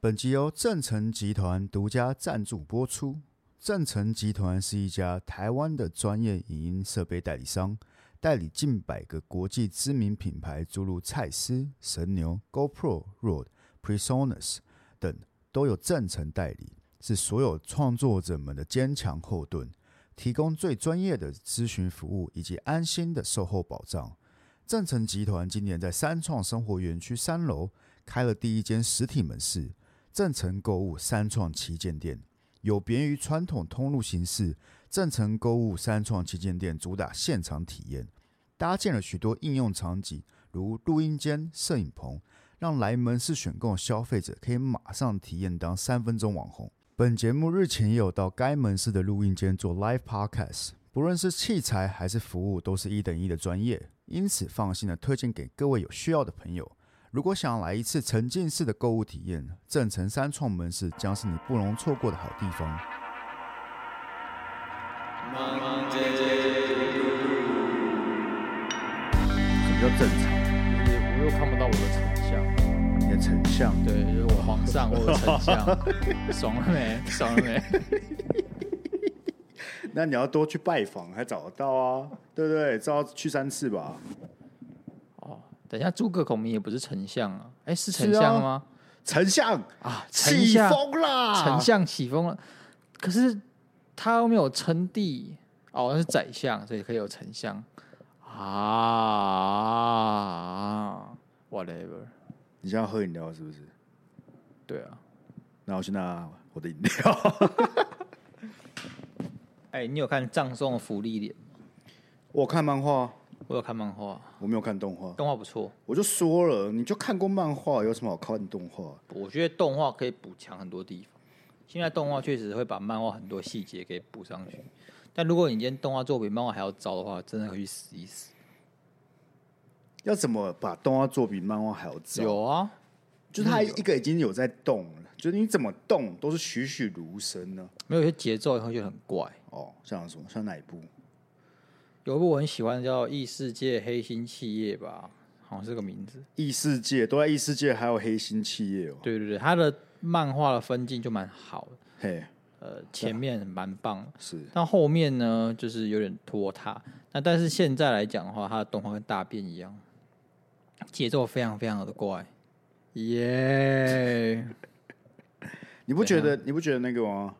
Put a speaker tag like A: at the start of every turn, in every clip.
A: 本集由正成集团独家赞助播出。正成集团是一家台湾的专业影音设备代理商，代理近百个国际知名品牌，诸如蔡司、神牛、GoPro、Rode、Presonus 等，都有正成代理，是所有创作者们的坚强后盾，提供最专业的咨询服务以及安心的售后保障。正成集团今年在三创生活园区三楼开了第一间实体门市，正成购物三创旗舰店。有别于传统通路形式，正成购物三创旗舰店主打现场体验，搭建了许多应用场景，如录音间、摄影棚，让来门市选购的消费者可以马上体验当三分钟网红。本节目日前也有到该门市的录音间做 live podcast，不论是器材还是服务，都是一等一的专业，因此放心的推荐给各位有需要的朋友。如果想来一次沉浸式的购物体验，正成三创门市将是你不容错过的好地方。什么叫正常？
B: 就是我又看不到我的成像，
A: 你的成像
B: 对，就是我皇 上，我有丞相，爽了没？爽了 没？
A: 那你要多去拜访，还找得到啊，对不对？至少去三次吧。
B: 哦，等一下，诸葛孔明也不是丞相啊，哎，是丞
A: 是啊
B: 相吗？
A: 丞相
B: 啊，丞
A: 起
B: 相，
A: 风啦！
B: 丞相起风了，可是他又没有称帝，哦，那是宰相，所以可以有丞相啊，whatever，
A: 你现在要喝饮料是不是？
B: 对啊，
A: 那我去拿我的饮料。
B: 哎，你有看《葬送的福利脸》吗？
A: 我看漫画，
B: 我有看漫画，
A: 我没有看动画。
B: 动画不错，
A: 我就说了，你就看过漫画，有什么好看动画？
B: 我觉得动画可以补强很多地方。现在动画确实会把漫画很多细节给补上去，但如果你今天动画作比漫画还要糟的话，真的可以去死一死。
A: 要怎么把动画做比漫画还要糟？
B: 有啊，
A: 就是它一个已经有在动了，就是你怎么动都是栩栩如生呢。
B: 没有一些节奏会觉得很怪。
A: 哦，像什么？像哪一部？
B: 有一部我很喜欢叫《异世界黑心企业》吧，好像是个名字。
A: 异世界都在异世界，还有黑心企业哦。
B: 对对对，它的漫画的分镜就蛮好的，
A: 嘿，
B: 呃，前面蛮棒的，
A: 是
B: 但后面呢就是有点拖沓。那但是现在来讲的话，它的动画跟大便一样，节奏非常非常的怪，耶、
A: 你不觉
B: 啊
A: 得？你不觉得那个吗？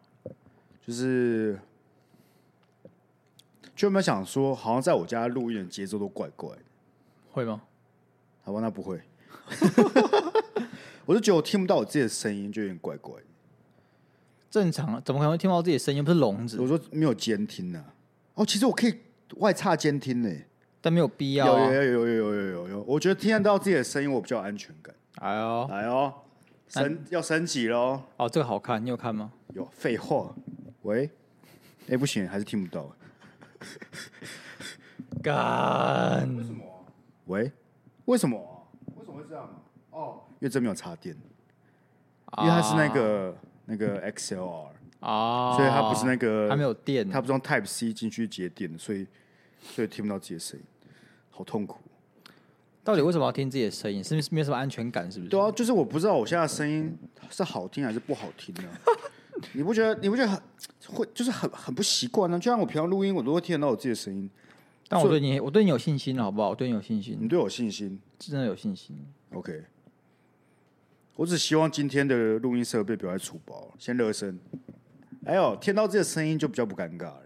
A: 就是，就有没有想说，好像在我家录音的节奏都怪怪的？
B: 会吗？
A: 好吧，那不会。 我就觉得我听不到我自己的声音，就有点怪怪的。
B: 正常，啊怎么可能会听不到自己的声音？又不是聋
A: 我
B: 子，
A: 说没有监听呢、哦，其实我可以外插监听呢、
B: 但没有必要、
A: 有有
B: 啊。
A: 有有有有有有，我觉得听得到自己的声音，我比较有安全感。
B: 哎呦，
A: 来哦，升要升级喽！
B: 哦，这个好看，你有看吗？
A: 有废话，喂，哎、不行，还是听不到。
B: 干，
A: 什么、喂，为什么啊、为什么会这样、啊？哦，因为这没有插电，因为它是那个、那个 XLR，
B: 啊，
A: 所以它不是那个
B: 它没有电，
A: 它不是用 Type C 进去接电的，所以所以听不到自己的声音，好痛苦。
B: 到底为什么要听自己的声音？是不是没有什么安全感？是不是？
A: 对啊，就是我不知道我现在的声音是好听还是不好听 呢、你不觉得？你不觉得很会就是很很不习惯啊呢？就像我平常录音，我都会听得到我自己的声音。
B: 但我对你，我对你有信心了，好不好？我对你有信心，
A: 你对我有信心
B: 真的有信心。
A: ？OK。我只希望今天的录音设备不要再出包，先热身。哎呦，听到自己的声音就比较不尴尬了。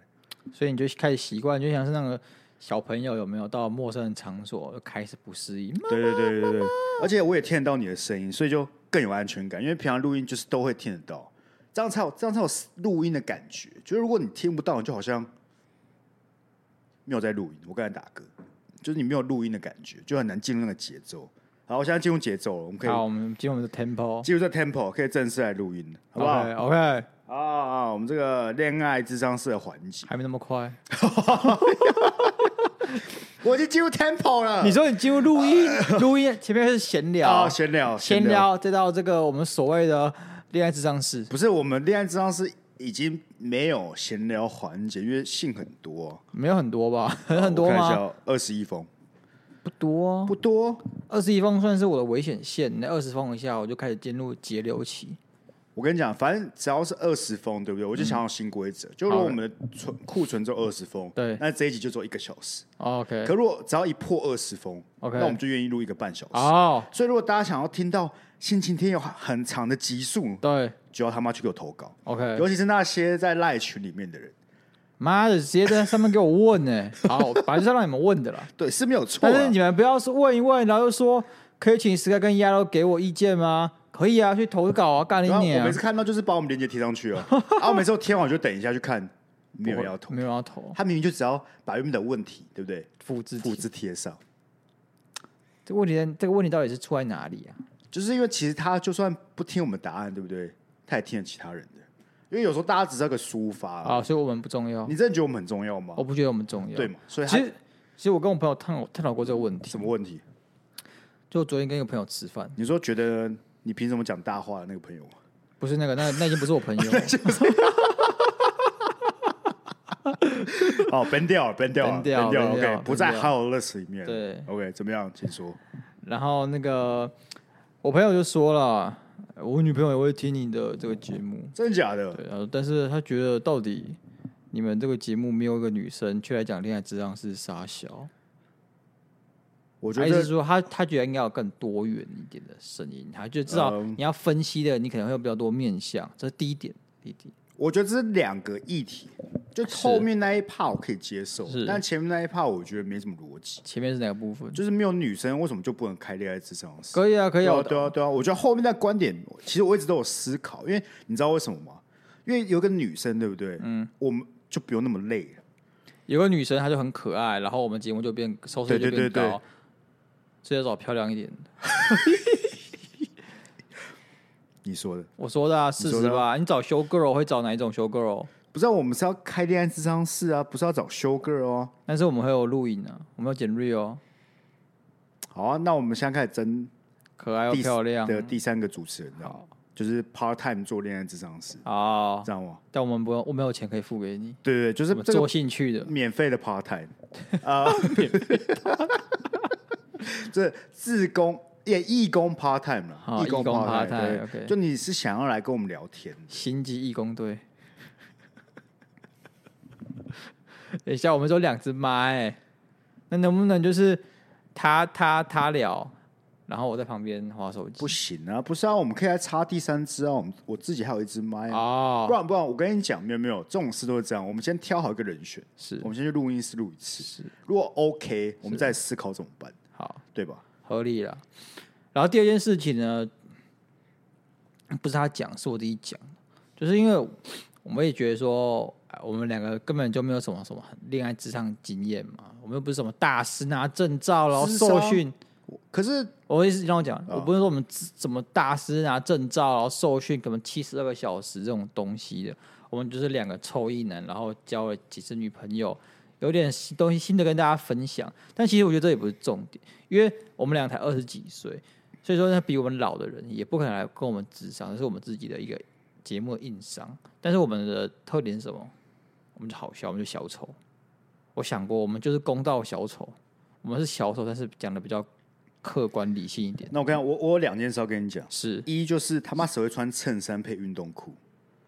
B: 所以你就开始习惯，就像是那个小朋友有没有到陌生的场所就开始不适应？
A: 对对对对对，而且我也听得到你的声音，所以就更有安全感。因为平常录音就是都会听得到，这样才有这样才有录音的感觉。就是如果你听不到，你就好像没有在录音。我刚才打嗝，就是你没有录音的感觉，就很难进入那个节奏。好，我现在进入节奏了，我们可以
B: 好，我们进入我们的 tempo，
A: 进入这 tempo，可以正式来录音了，好不好？
B: ？OK，, o k
A: 啊啊！我们这个恋爱智商是的环节，
B: 还没那么快。
A: 我已经进入 tempo 了。
B: 你说你进入录音，录音前面是闲聊
A: 啊，，闲聊，
B: 闲聊，再到这个我们所谓的恋爱智障室。
A: 不是我们恋爱智商是已经没有闲聊环节，因为信很多、
B: 没有很多吧？很多
A: 哦我看一
B: 吗？
A: 下，二十一封
B: 不多、啊，
A: 不多，
B: 二十一封算是我的危险线。那二十封以下，我就开始进入节流期。
A: 我跟你讲，反正只要是二十封，对不对？我就想要新规则，就如果我们的存库存只有二十封，
B: 对
A: 那这一集就做一个小时。
B: OK，
A: 可如果只要一破二十封
B: OK
A: 那我们就愿意录一个半小时。
B: 哦，
A: 所以如果大家想要听到星期天有很长的集数，
B: 对
A: 就要他妈去给我投稿，
B: ，OK，
A: 尤其是那些在赖群里面的人，
B: 妈的，直接在上面给我问呢、好，反正是让你们问的啦。
A: 对，是没有错
B: 但
A: 啊。
B: 是你们不要是问一问，然后就说可以请石盖跟鸭肉给我意见吗？可以啊，去投稿啊，干你
A: 然后
B: 娘
A: 我每次看到就是把我们链接贴上去 哦，啊，我每次都贴完我就等一下去看，没有人要投，
B: 没有人要投，
A: 他明明就只要把原本的问题，对不对？
B: 复制
A: 复
B: 题。
A: 制贴上，
B: 这个问题，这个问题到底是出在哪里啊？
A: 就是因为其实他就算不听我们答案，对不对？他也听了其他人的，因为有时候大家只是要个抒发啦
B: 啊，所以我们不重要
A: 你，真的觉得我们很重要吗
B: 我？不觉得我们重要。
A: 对嘛？所以
B: 其
A: 他
B: 实其实我跟我朋友探讨探讨过这个问题，
A: 什么问题？
B: 就昨天跟一个朋友吃饭，
A: 你说觉得你凭什么讲大话的那个朋友吗？
B: 不是那个，那那已经不是我朋友了，
A: 哦，崩掉了，崩掉了，
B: ban 掉 ban 掉
A: ，OK，不在
B: ban 掉
A: Hello List 里面。
B: 对
A: ，OK，怎么样？请说。
B: 然后那个我朋友就说了，我女朋友也会听你的这个节目，
A: 真的假的？
B: 对，然后但是她觉得到底你们这个节目没有一个女生去来讲恋爱质量是傻小，
A: 我觉
B: 她意思
A: 得
B: 是说她她觉得应该有更多元一点的声音，她就知道
A: 嗯
B: 你要分析的，你可能会有比较多面向，这是第一点，第一点。
A: 我觉得这是两个议题，就后面那一 part 我可以接受，
B: 是嗯
A: 但前面那一 part 我觉得没什么逻辑，
B: 前面是哪个部分？
A: 就是没有女生为什么就不能开恋爱智商试？
B: 可以啊，可以
A: 对啊，
B: 啊，我
A: 对啊，对啊，我觉得后面那观点，其实我一直都有思考，因为你知道为什么吗？因为有个女生，对不对？嗯，我们就不用那么累了。
B: 有个女生她就很可爱，然后我们节目就变收视率就
A: 对对
B: 变
A: 对对
B: 高，所以要找漂亮一点的。
A: 你说的，
B: 我说的啊，事
A: 说
B: 实
A: 的啊
B: 吧。你找修 girl 会找哪一种修 girl？
A: 不是、啊、我们是要开恋爱智商室啊，不是要找修 girl 哦。
B: 但是我们会有录影啊，我们要剪 real，哦
A: 好啊，那我们现在开始争
B: 可爱又
A: 第
B: 漂亮。
A: 的第三个主持人，这样
B: 好，
A: 就是 part time 做恋爱智商师，
B: 好，
A: 知道吗？
B: 但我们不用，我没有钱可以付给你，
A: 对对对，就
B: 我
A: 是
B: 们
A: 这
B: 做
A: 个
B: 兴趣的。
A: 免费的 part time 啊， 这自工也义工 part time
B: 好
A: 了，工
B: 哦义工
A: part
B: part time，
A: 对
B: OK
A: 就你是想要来跟我们聊天的，
B: 星际义工队。等一下，我们有两只麦、那能不能就是他他他聊，然后我在旁边划手机
A: 不？行啊，不是啊，我们可以来插第三支啊，我们我自己还有一支麦啊，不
B: 哦，
A: 然不然，我跟你讲，没有没有，这种事都是这样，我们先挑好一个人选，
B: 是
A: 我们先去录音室录一次，
B: 是，
A: 如果 OK，我们再思考怎么办，
B: 好，
A: 对吧？
B: 合理了。然后第二件事情呢，不是他讲，是我自己讲的，就是因为我们也觉得说，哎我们两个根本就没有什么什么恋爱职场经验嘛，我们又不是什么大师拿证照，然后
A: 是啊
B: 受训。
A: 可是
B: 我意思让我讲，
A: 哦
B: 我不是说我们自怎么大师拿证照，然后受训可能七十二个小时这种东西的，我们就是两个臭艺人，然后交了几次女朋友，有点新东西新的跟大家分享。但其实我觉得这也不是重点，因为我们俩才二十几岁，所以说那比我们老的人也不可能来跟我们智商，这是我们自己的一个节目的硬伤。但是我们的特点是什么？我们就好笑，我们就小丑。我想过，我们就是公道小丑，我们是小丑，但是讲的比较客观理性一点。
A: 那我跟你讲我我有两件事要跟你讲，
B: 是，
A: 一就是他妈谁会穿衬衫配运动裤？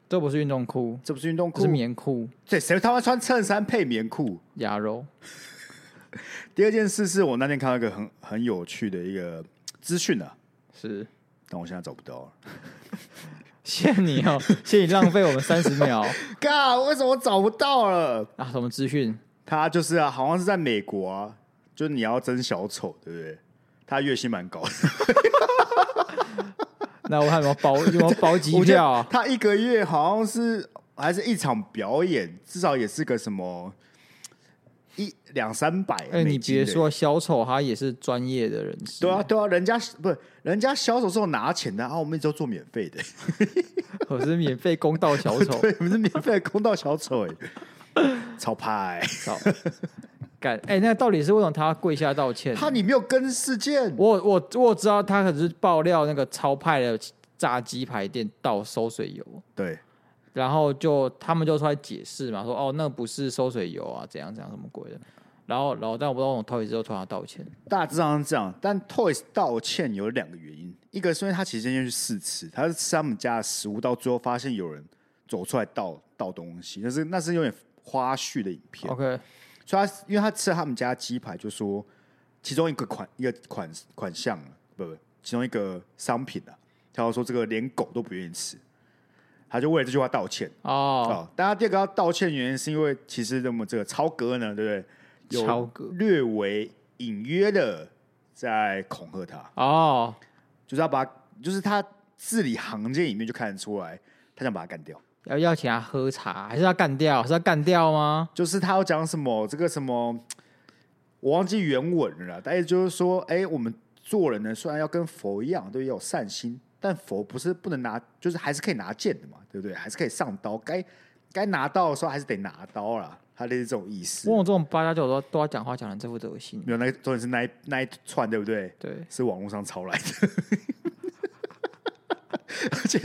B: 这不是运动裤，
A: 这不是运动
B: 这
A: 裤
B: 是，棉裤，
A: 对，谁他妈穿衬衫配棉裤？
B: 鸭肉。
A: 第二件事是我那天看到一个很很有趣的一个资讯啊，
B: 是，
A: 但我现在找不到了。
B: 谢谢你哦，谢谢你浪费我 们三十秒
A: 嘎，为什么我找不到了？
B: 啊！什么资讯？
A: 他就是啊，好像是在美国啊，就是你要争小丑，对不对？他月薪蛮高的，
B: 那我还有没有 包有没有包机
A: 我觉得
B: 票啊？
A: 他一个月好像是还是一场表演，至少也是个什么一两三百。
B: 哎，你
A: 美金
B: 别
A: 的
B: 说，小丑他也是专业的人士，
A: 欸对啊，，对啊，人家不是人家销售是有拿钱的啊，我们一直都做免费的，
B: 可是免费公道小 丑，
A: 对，我们是免费的公道小丑、欸，超派、
B: 操！干哎，那到底是为什么他要跪下道歉？
A: 怕你没有跟事件，
B: 我我我知道他可是爆料那个超派的炸鸡排店倒收水油，
A: 对，
B: 然后就他们就出来解释嘛，说哦，那不是收水油啊，怎样怎样什么鬼的。然后然后但我不知道我偷一之后突然道歉，
A: 大致上是这样，但 Toys 道歉有两个原因，一个是因为他其实先去试吃，他是吃他们家的食物，到最后发现有人走出来倒倒东西，但是那是有点花絮的影片，
B: OK，
A: 所以他因为他吃他们家鸡排，就说其中一个款一个款款项啊不不，其中一个商品啊，他就说这个连狗都不愿意吃，他就为了这句话道歉。
B: 哦，
A: 哦，大家第二个要道歉的原因是因为其实我们这个超哥呢，对不对？有
B: 超哥
A: 略微隐约的在恐吓他，
B: 哦，
A: 就是要把，就是他字里行间里面就看得出来，他想把他干掉。
B: 要要请他喝茶，还是要干掉？是要干掉吗？
A: 就是他要讲什么这个什么，我忘记原文了啦，但也就是说，哎、我们做人呢，虽然要跟佛一样，对，要有善心，但佛不是不能拿，就是还是可以拿剑的嘛，对不对？还是可以上刀，该该拿刀的时候还是得拿刀啦。他类似这种意思
B: 问。我这种八加九都都要讲话讲成这副德行，
A: 没有，那个重点是那一那一串，对不对？
B: 对，
A: 是网络上抄来的， 而且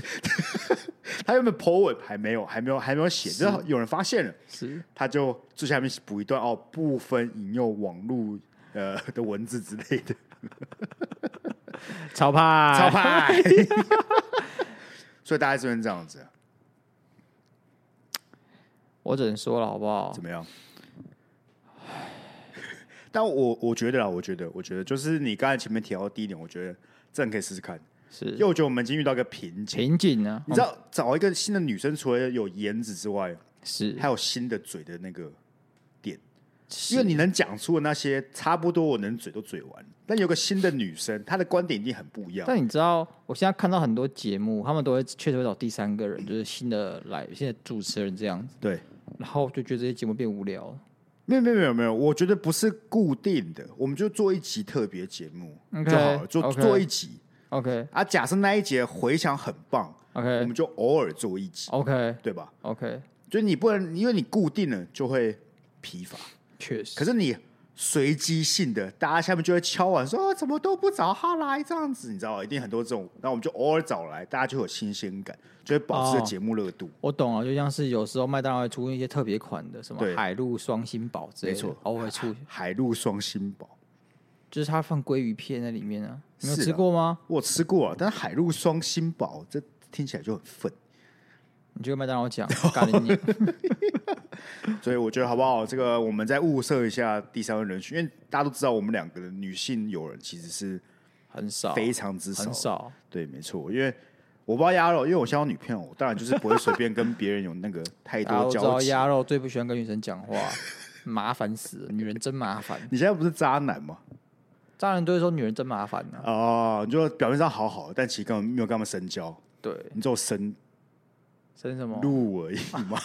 A: 他原本 po 文还没有，还没有，还没有写，然后有人发现了，
B: 是
A: 他就最下面补一段哦，部分引用网络呃的文字之类的，
B: 超 派，
A: 超，派。 所以大家这边这样子啊，
B: 我只能说了，好不好
A: 怎？么样？ 但我我觉得啦，我觉得，我觉得就是你刚才前面提到的第一点，我觉得真的可以试试看，因
B: 是
A: 为我觉得我们已经遇到一个瓶颈。
B: 情景啊嗯呢？
A: 你知道，找一个新的女生，除了有颜值之外，
B: 是
A: 还有新的嘴的那个点，
B: 是
A: 因为你能讲出的那些，差不多我能嘴都嘴完。但有个新的女生，她的观点一定很不一样。
B: 但你知道，我现在看到很多节目，他们都会确实会找第三个人，就是新的来，现在主持人这样子，
A: 对，
B: 然后就觉得这些节目变无聊了。
A: 没有没有没有没有，我觉得不是固定的，我们就做一集特别节目
B: OK，
A: 就好了，做
B: OK
A: 做一集
B: OK
A: 啊。假设那一节回响很棒，我
B: OK
A: 们就偶尔做一集，
B: OK
A: 对吧？
B: OK，
A: 就你不能因为你固定了就会疲乏，
B: 确实
A: 可是你随机性的，大家下面就会敲碗说、啊、怎么都不找他来这样子，你知道，一定很多这种，那我们就偶尔找来，大家就有新鲜感，就会保持
B: 哦
A: 着节目热度。
B: 我懂了，啊就像是有时候麦当劳会出一些特别款的，什么
A: 对
B: 海陆双星堡之类的，
A: 没错
B: 偶尔出，
A: 海陆双星堡，
B: 就是它放鲑鱼片在里面啊，你有
A: 是啊
B: 吃过吗？
A: 我吃过啊，但海陆双星堡这听起来就很愤。
B: 你就跟麦当 劳讲，干你！
A: 所以我觉得好不好？这个我们再物色一下第三位人选，因为大家都知道我们两个的女性友人其实是
B: 很少，
A: 非常之少，
B: 很少，
A: 对，没错，因为。我不知道鸭肉，因为我像我女朋友，我当然就是不会随便跟别人有那个太
B: 大
A: 多
B: 家啊都知
A: 交
B: 道
A: 集。
B: 鸭肉最不喜欢跟女生 讲话，麻烦死了，女人真麻烦。
A: 你现在不是渣男吗？
B: 当然都会说女人真麻烦啊呢、
A: 哦，你就表面上好好，但其实根本没有跟他们深交，
B: 对，
A: 你只有深
B: 生什么？
A: 入而已嘛。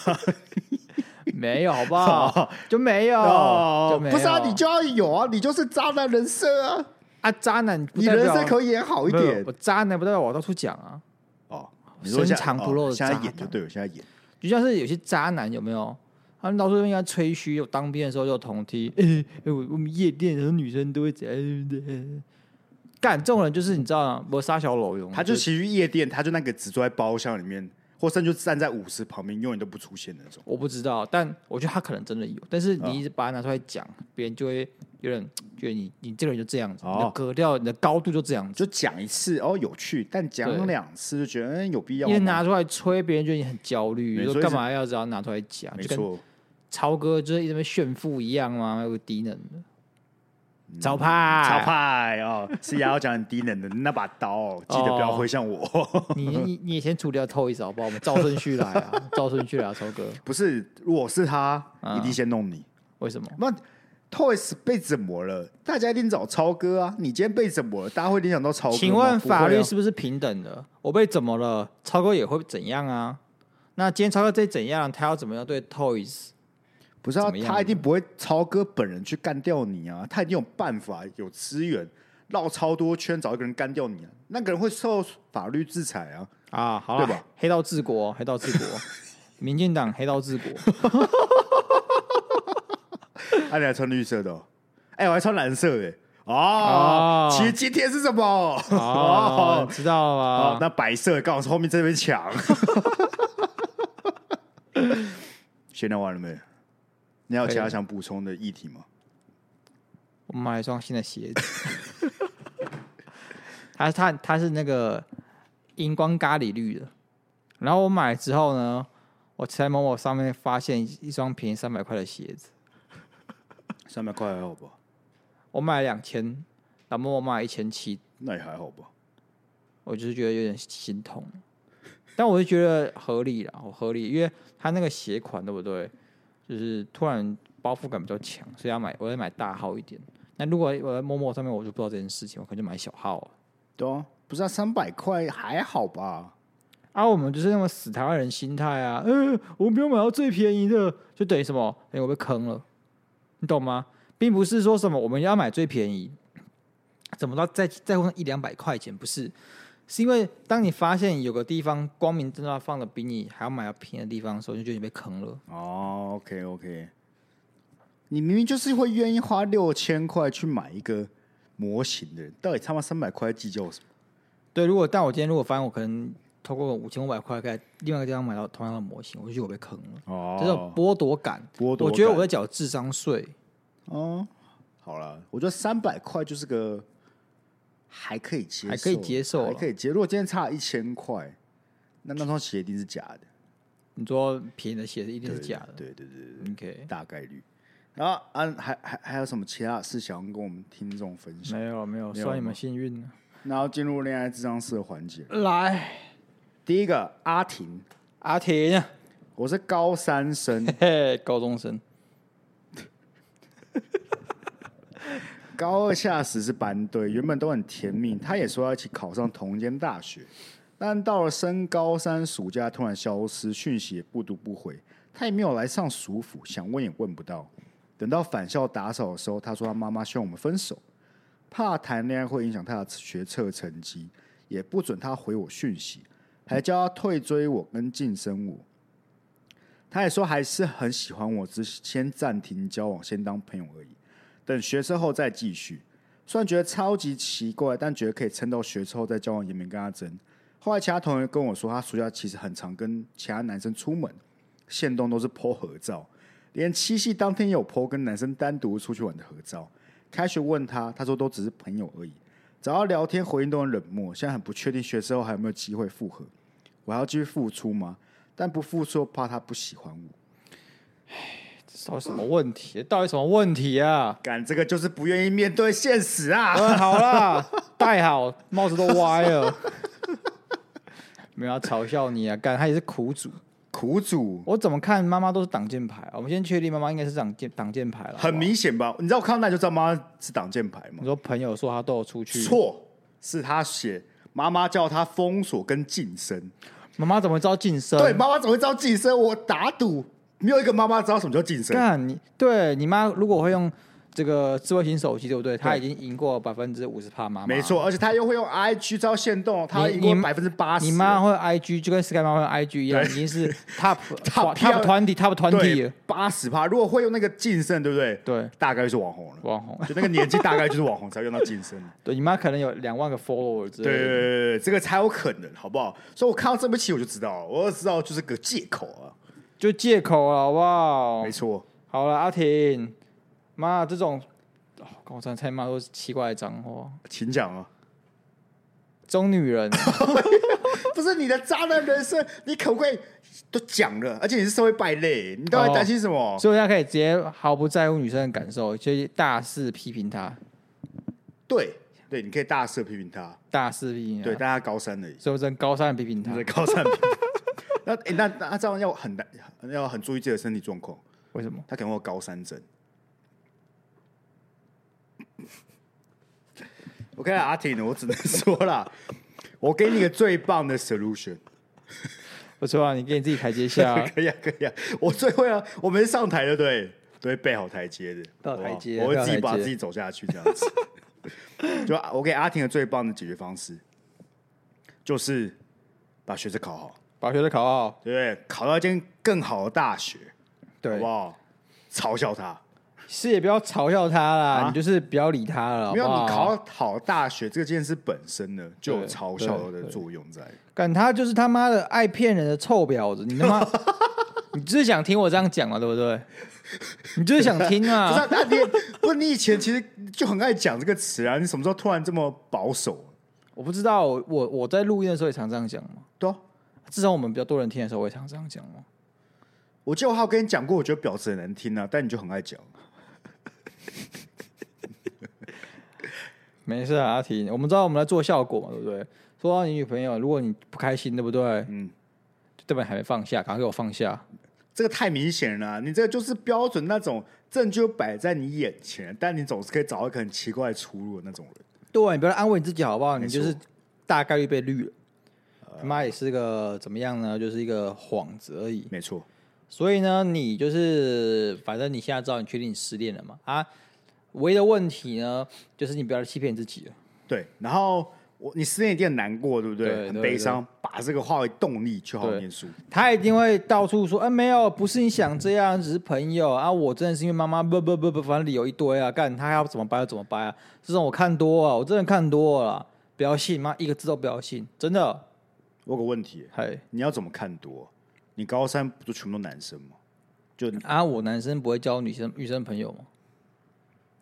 B: 没有，好不好？ 就没有，哦就没有。
A: 不是啊，你就要有啊，你就是渣男人设啊，
B: 啊，渣男不
A: 你
B: 代
A: 人
B: 表，
A: 设可以演好一
B: 没有
A: 点
B: 我渣男不代表我到处讲啊，
A: 哦。你说现在
B: 深藏不露的
A: 哦现在
B: 渣
A: 演
B: 男
A: 就对了，现在演
B: 就像是有些渣男有没有？他们到处应该吹嘘，有当兵的时候就有同梯， 欸欸、我我们夜店的时候女生都会怎样对不对？干这种人就是你知道吗？我杀小裸用，
A: 他就其实夜店，他就那个只坐在包厢里面，或甚至就站在舞池旁边，永远都不出现的那种。
B: 我不知道，但我觉得他可能真的有，但是
A: 嗯
B: 你一直把它拿出来讲，别人就会有点觉得你你这个人就这样子，你的
A: 哦
B: 格调、你的高度就这样子，
A: 就讲一次哦有趣，但
B: 对
A: 讲两次就觉得嗯有必要
B: 一直
A: 吗？
B: 拿出来吹，别人觉得你很焦虑，
A: 没
B: 说
A: 错
B: 干嘛要这样拿出来讲，
A: 没
B: 就跟
A: 错，
B: 超哥就是一直在那边炫富一样嘛，有个低能的，
A: 嗯
B: 超派，
A: 超，派哦，是也要讲很低能的那把刀哦，记得不要挥向我。
B: 你你你也先除掉偷一手好不好？我们照顺序来 啊，照顺序来啊，超哥，
A: 不是，如果是他，
B: 啊
A: 一定先弄你。
B: 为什么？
A: 那 Toys 被怎么了？大家一定找超哥啊！你今天被怎么了？大家会联想到超哥吗？
B: 请问
A: 不会啊
B: 法律是不是平等的？我被怎么了？超哥也会怎样啊？那今天超哥再怎样，他要怎么样对 Toys？
A: 不是啊
B: 怎么？样
A: 他一定不会超哥本人去干掉你啊！他一定有办法、有资源，绕超多圈找一个人干掉你啊！那个人会受法律制裁 啊！
B: 啊，好
A: 对
B: 了
A: 吧，
B: 黑道治国，黑道治 国，民进党黑道治国，
A: 啊，你还穿绿色的、哦？哎、我还穿蓝色的、哦，
B: 哦
A: 其实今天是什么？
B: 哦，你知 道
A: 哦
B: 了，吧？
A: 那白色刚好是后面这边 墙。闲聊完了没？你还有其他想补充的议题吗？
B: 我买了一双新的鞋子。 它它它是那个荧光咖喱绿的，然后我买了之后呢，我在某某上面发现一双便宜三百块的鞋子，
A: 三百块还好吧？
B: 我买了两千，然后某某买一千七，
A: 那也还好吧？
B: 我就是觉得有点心痛，但我就觉得合理啦，我合理，因为它那个鞋款对不对？就是突然包覆感比较强，所以要买，我要买大号一点。那如果我在陌陌上面，我就不知道这件事情，我可能就买小号了。
A: 对啊，不是啊，三百块还好吧？
B: 啊，我们就是那种死台湾人心态啊，呃，我没有买到最便宜的，就等于什么？哎、我被坑了，你懂吗？并不是说什么我们要买最便宜，怎么到在在乎那一两百块钱？不是，是因为当你发现有个地方光明正大放的比你还要买要便宜的地方的时候，你就觉得你被坑了。
A: 哦，OK OK，你明明就是会愿意花六千块去买一个模型的人，到底他妈三百块计较什么？
B: 对，如果但我今天如果发现我可能透过五千五百块在另外一个地方买到同样的模型，我就觉得我被坑了，
A: 哦
B: 这种剥夺感。
A: 剥夺
B: 我觉得
A: 感
B: 我在缴智商税。
A: 哦，好了，我觉得三百块就是个还可以接受，
B: 还可以接受啊
A: 还
B: 了
A: 可以接。如果今天差一千块，那那双鞋一定是假的，
B: 你说便宜的鞋子一定是假的。
A: 对对对
B: OK，
A: 对，大概率。然后啊，还还还有什么其他事想要跟我们听众分享？
B: 没有没有，
A: 没有
B: 算你
A: 吗
B: 们幸运啊了。
A: 然后进入恋爱智商室的环节，
B: 来，
A: 第一个阿婷，
B: 阿婷，
A: 我是高三生，
B: 嘿， 高中生，
A: 高二下时是班队，原本都很甜蜜，他也说要一起考上同一间大学，但到了升高三暑假突然消失，讯息也不读不回，他也没有来上暑辅，想问也问不到。等到返校打扫的时候，他说他妈妈希望我们分手，怕谈恋爱会影响他的学测成绩，也不准他回我讯息，还叫他退追我跟晋升我。 他也说还是很喜欢我，只是先暂停交往，先当朋友而已。等学车后再继续。虽然觉得超级奇怪，但觉得可以撑到学车后再交往，也没跟他争。后来其他同学跟我说，他暑假其实很常跟其他男生出门，现动都是 po 合照，连七夕当天也有 po 跟男生单独出去玩的合照。开学问他，他说都只是朋友而已。找他聊天回应都很冷漠，现在很不确定学车后还有没有机会复合，我还要继续付出吗？但不付出怕他不喜欢我，
B: 这到底什么问题？到底什么问题啊？
A: 干这个就是不愿意面对现实啊！
B: 嗯， 好啦，戴好，帽子都歪 了。没有要嘲笑你啊，干他也是苦主。
A: 苦主，
B: 我怎么看妈妈都是挡箭牌。啊我们先确定妈妈应该是挡箭挡箭牌了，
A: 很
B: 好
A: 明显吧？你知道我看到那就知道妈妈是挡箭牌
B: 不好。你
A: 吗？
B: 说朋友说他都有出去，
A: 错，是他写妈妈叫他封锁跟晋升。
B: 妈妈怎么会知道晋升？
A: 对，妈妈怎么会知道晋升？我打赌没有一个妈妈知道什么叫晋升。
B: 干你对你妈如果会用这个智慧型手机，对不对？她已经赢过百分之五十趴妈妈。
A: 没错，而且他又会用 IG 招限动，他赢过
B: 你
A: 百分之八十。
B: 你妈会 IG 就跟 Sky 妈妈会 IG 一样，已 经是 top
A: Top
B: 团体 top 团体
A: 对
B: 了，嗯
A: 八十趴，如果会用那个晋升，对不对？
B: 对
A: 大概就是网红了。
B: 网红。
A: 就那个年纪，大概就是网红才会用到晋 升。
B: 对你妈可能有两万个 follower 之类
A: 对对
B: 的。
A: 对对，这个才有可能，好不好？所以我看到这部戏我就知道，我就知道就是个借口啊。
B: 哦就借口了，好不好
A: 没？错，
B: 好了，阿婷，妈这种，哦干我真的太骂都是奇怪的脏话，
A: 请讲啊。
B: 中女人，
A: 不是你的渣男人生，你可不可以都讲了？而且你是社会败类，你到底担心什么？
B: 所以我现在可以直接毫不在乎女生的感受，就大肆批评她，
A: 对对，你可以大肆批评他。
B: 大肆批评她。
A: 对，但他高三而已，
B: 所以我只能高三的批评她
A: 你。在高三批评。那、诶那那这样要很难，要很注意自己的身体状况。
B: 为什么？
A: 他可能会有高山症。OK 啦，阿婷，我只能说啦，我给你一个最棒的 solution。
B: 不错啊，你给你自己台阶下啊、
A: 可以啊，可以啊，我最会啊，我们上台的对，都会备好台阶的，
B: 备好
A: 好不好
B: 台阶
A: 我
B: 备
A: 会
B: 好
A: 自己把
B: 台阶
A: 自己走下去这样子。 就啊我给阿婷的最棒的解决方式，就是把学测考好，
B: 把学测考好。
A: 对不对？考到一间更好的大学，好
B: 对
A: 不，好？嘲笑他，
B: 是也不要嘲笑他啦，
A: 啊
B: 你就是不要理他了，好
A: 没
B: 不
A: 有
B: 好
A: 你考到好大学这件事本身呢，就有
B: 对
A: 嘲笑
B: 对
A: 的
B: 对啊
A: 作用在。
B: 干他就是他妈的爱骗人的臭婊子，你 他妈，你就是想听我这样讲嘛，对不对？你就是想听 啊
A: 不是啊
B: 嘛
A: 啊，，那你不是你以前其实就很爱讲这个词啊！你什么时候突然这么保守？
B: 我不知道，我我我在录音的时候也常这样讲嘛。
A: 对啊，
B: 至少我们比较多人听的时候，我也常这样讲嘛。
A: 我记得我还有跟你讲过，我觉得婊子很难听啊，但你就很爱讲。
B: 没事啊，阿婷，我们知道我们在做效果嘛，对不对？说到你女朋友，如果你不开心，对不对？嗯，就代表你还没放下，赶快给我放下。
A: 这个太明显了啊、你这个就是标准那种证据摆在你眼前，但你总是可以找到一个很奇怪的出路的那种人。
B: 对，你不要安慰你自己好不好？你
A: 没
B: 就是
A: 错呃
B: 大概率被绿了。他妈也是个怎么样呢？就是一个幌子而已。
A: 没错，
B: 所以呢，你就是反正你现在知道你确定你失恋了嘛？啊，唯一的问题呢，就是你不要欺骗你自己了。
A: 对。然后我你失恋一定很难过，对不对？
B: 对
A: 很
B: 对
A: 悲伤，把这个化为动力去好好
B: 对
A: 念书。
B: 他一定会到处说，哎、没有，不是你想这样，只是朋友啊，我真的是因为妈妈，不不不不，反正理由一堆啊，干他要怎么掰就怎么掰啊，这种我看多了，我真的看多了啦，不要信，妈一个字都不要信，真的，
A: 我有个问题，
B: 嘿，
A: 你要怎么看多？你高三不就全部都男生吗？就
B: 啊，我男生不会交女生女生朋友吗？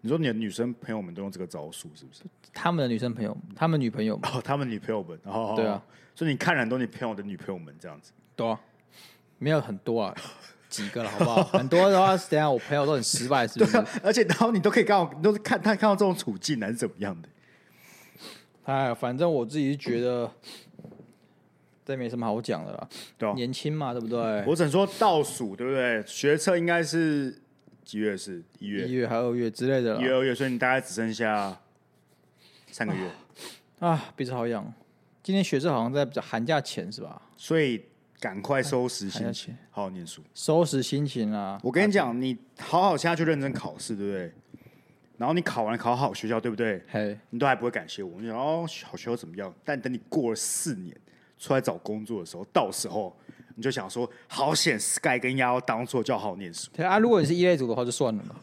A: 你说你的女生朋友们都用这个招数，是不 是？
B: 他们的女生朋友，他们女朋友 嘛，
A: 哦，他们女朋友们，哦，
B: 对啊，
A: 所以你看了很多你朋友的女朋友们这样子，
B: 对啊，没有很多啊，几个了，好不好？很多的话，等一下我朋友都很失败，是不是？
A: 而且然后你都可以看到，你都是看他看到这种处境，还是怎么样的？
B: 哎，反正我自己是觉得，这没什么好讲的啦，
A: 对啊，
B: 年轻嘛，对不对？
A: 我只能说倒数，对不对？学测应该是几月是？一月
B: 一、月还有二月之类的
A: 一月、
B: 啦。
A: 二月，所以你大概只剩下三个月，
B: 啊，鼻子好痒。今天学测好像在寒假前是吧？
A: 所以赶快收拾
B: 还
A: 心
B: 要
A: 情
B: 去，
A: 好好念书。
B: 收拾心情啊啦。
A: 我跟你讲，你好好现在去认真考试，对不对？然后你考完考好学校，对不对？
B: 嘿，
A: 你都还不会感谢我，你想哦，好学校怎么样？但等你过了四年出来找工作的时候，到时候你就想说，好险，Sky 跟丫头当初就好好念书。
B: 对啊，如果你是一类组的话就算了嘛。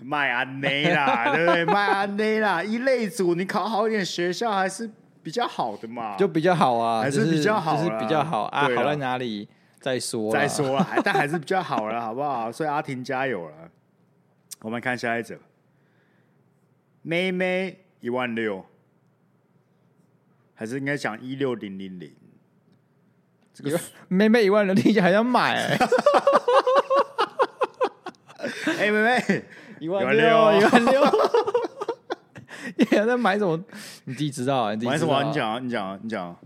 A: 卖安内 啦，对不对？卖安内啦，一类组你考好一点学校还是比较好的嘛。
B: 就比较好啊，
A: 还是
B: 就
A: 比较好啦
B: 就是比较好啊。
A: 对啦
B: 好在哪里？再说啦
A: 再，说啦，但还是比较好了，好不好？ 所以阿婷加油了。我们看下一则，妹妹一万六，还是应该讲一六零零零。这个
B: 妹妹一万人听起来还想 买、欸，
A: 哎、妹妹，
B: 一万
A: 一万六
B: 一万六， 你还在买什么？你自己知 道啊，你自己
A: 玩什
B: 知
A: 么
B: 道啊
A: 啊？你，讲啊，你讲啊，你讲啊。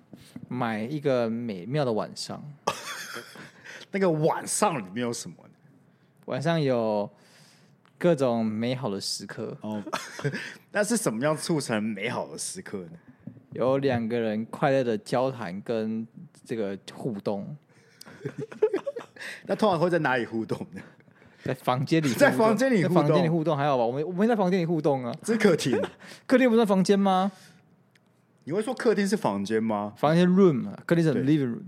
B: 买一个美妙的晚上，
A: 那个晚上里面有什么呢？
B: 晚上有各种美好的时刻，
A: 哦， 那是什么样促成美好的时刻呢？
B: 有两个人快乐的交谈跟这个互动，
A: 那通常会在哪里互动呢？
B: 在房间里互动，
A: 在房间里
B: 在
A: 互动
B: 房间里互动还好吧？我们我们在房间里互动啊，
A: 这是客厅，
B: 客厅不算房间吗？
A: 你会说客厅是房间吗？
B: 房间 room，啊客厅是
A: 对
B: living room。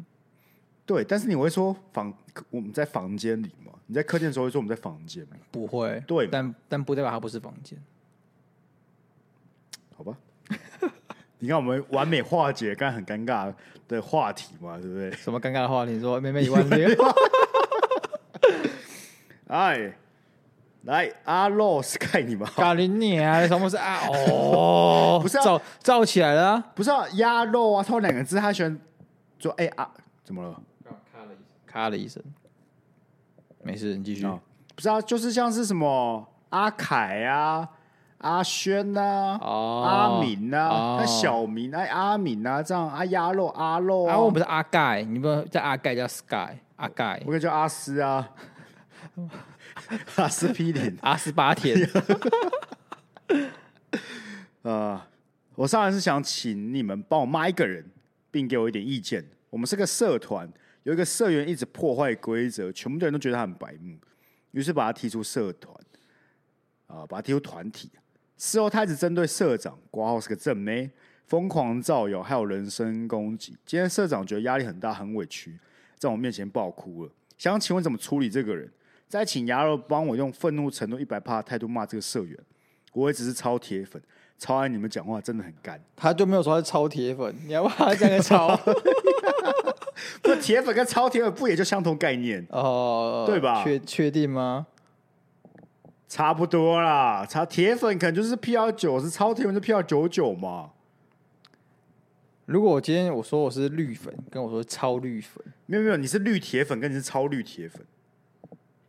A: 对，但是你会说房我们在房间里吗？你在客厅的时候会说我们在房间吗？
B: 不会，
A: 对嘛
B: 但但不代表它不是房 间。
A: 好吧， 你看我们完美化解刚才很尴尬的话题嘛，对不对？
B: 什么尴尬的话题？你说妹妹一万六，
A: 哎，来阿洛是看你吧，
B: 搞零你啊？什么是啊？哦，
A: 不是啊
B: 造造起来了、啊，
A: 不是啊，鸭肉啊，他们两个字他喜欢说哎啊，怎么了？
B: 咔的一声，没事，你继续。
A: 啊，不是啊，就是像是什么阿凯啊、阿轩呐、
B: 哦
A: 阿敏呐、
B: 哦
A: 那、小明哎、阿敏呐、这样啊，鸭肉阿肉啊，
B: 啊，我不是阿盖，你不叫阿盖叫 Sky，阿盖
A: 我可以叫阿斯啊， 阿斯匹林。
B: 阿斯巴甜，
A: 呃，我上来是想请你们帮我骂一个人，并给我一点意见。我们是个社团，有一个社员一直破坏规则，全部的人都觉得他很白目，于是把他踢出社团，啊、把他踢出团体。事后他一直针对社长挂号是个正妹，疯狂造谣，还有人身攻击。今天社长觉得压力很大，很委屈，在我面前爆哭了。想请问怎么处理这个人？再请牙肉帮我用愤怒程度一百趴的态度骂这个社员。我也只是超铁粉，超爱你们讲话，真的很干。
B: 他就没有说他是超铁粉，你要把他讲 个超
A: 不，铁粉跟超铁粉不也就相同概念？
B: 哦，
A: 对吧
B: 确确定吗？
A: 差不多啦，差铁粉可能就是 P R 九十，超铁粉就 P R 九九嘛。
B: 如果我今天我说我是绿粉，跟我说超绿粉，
A: 没有没有，你是绿铁粉，跟你是超绿铁粉，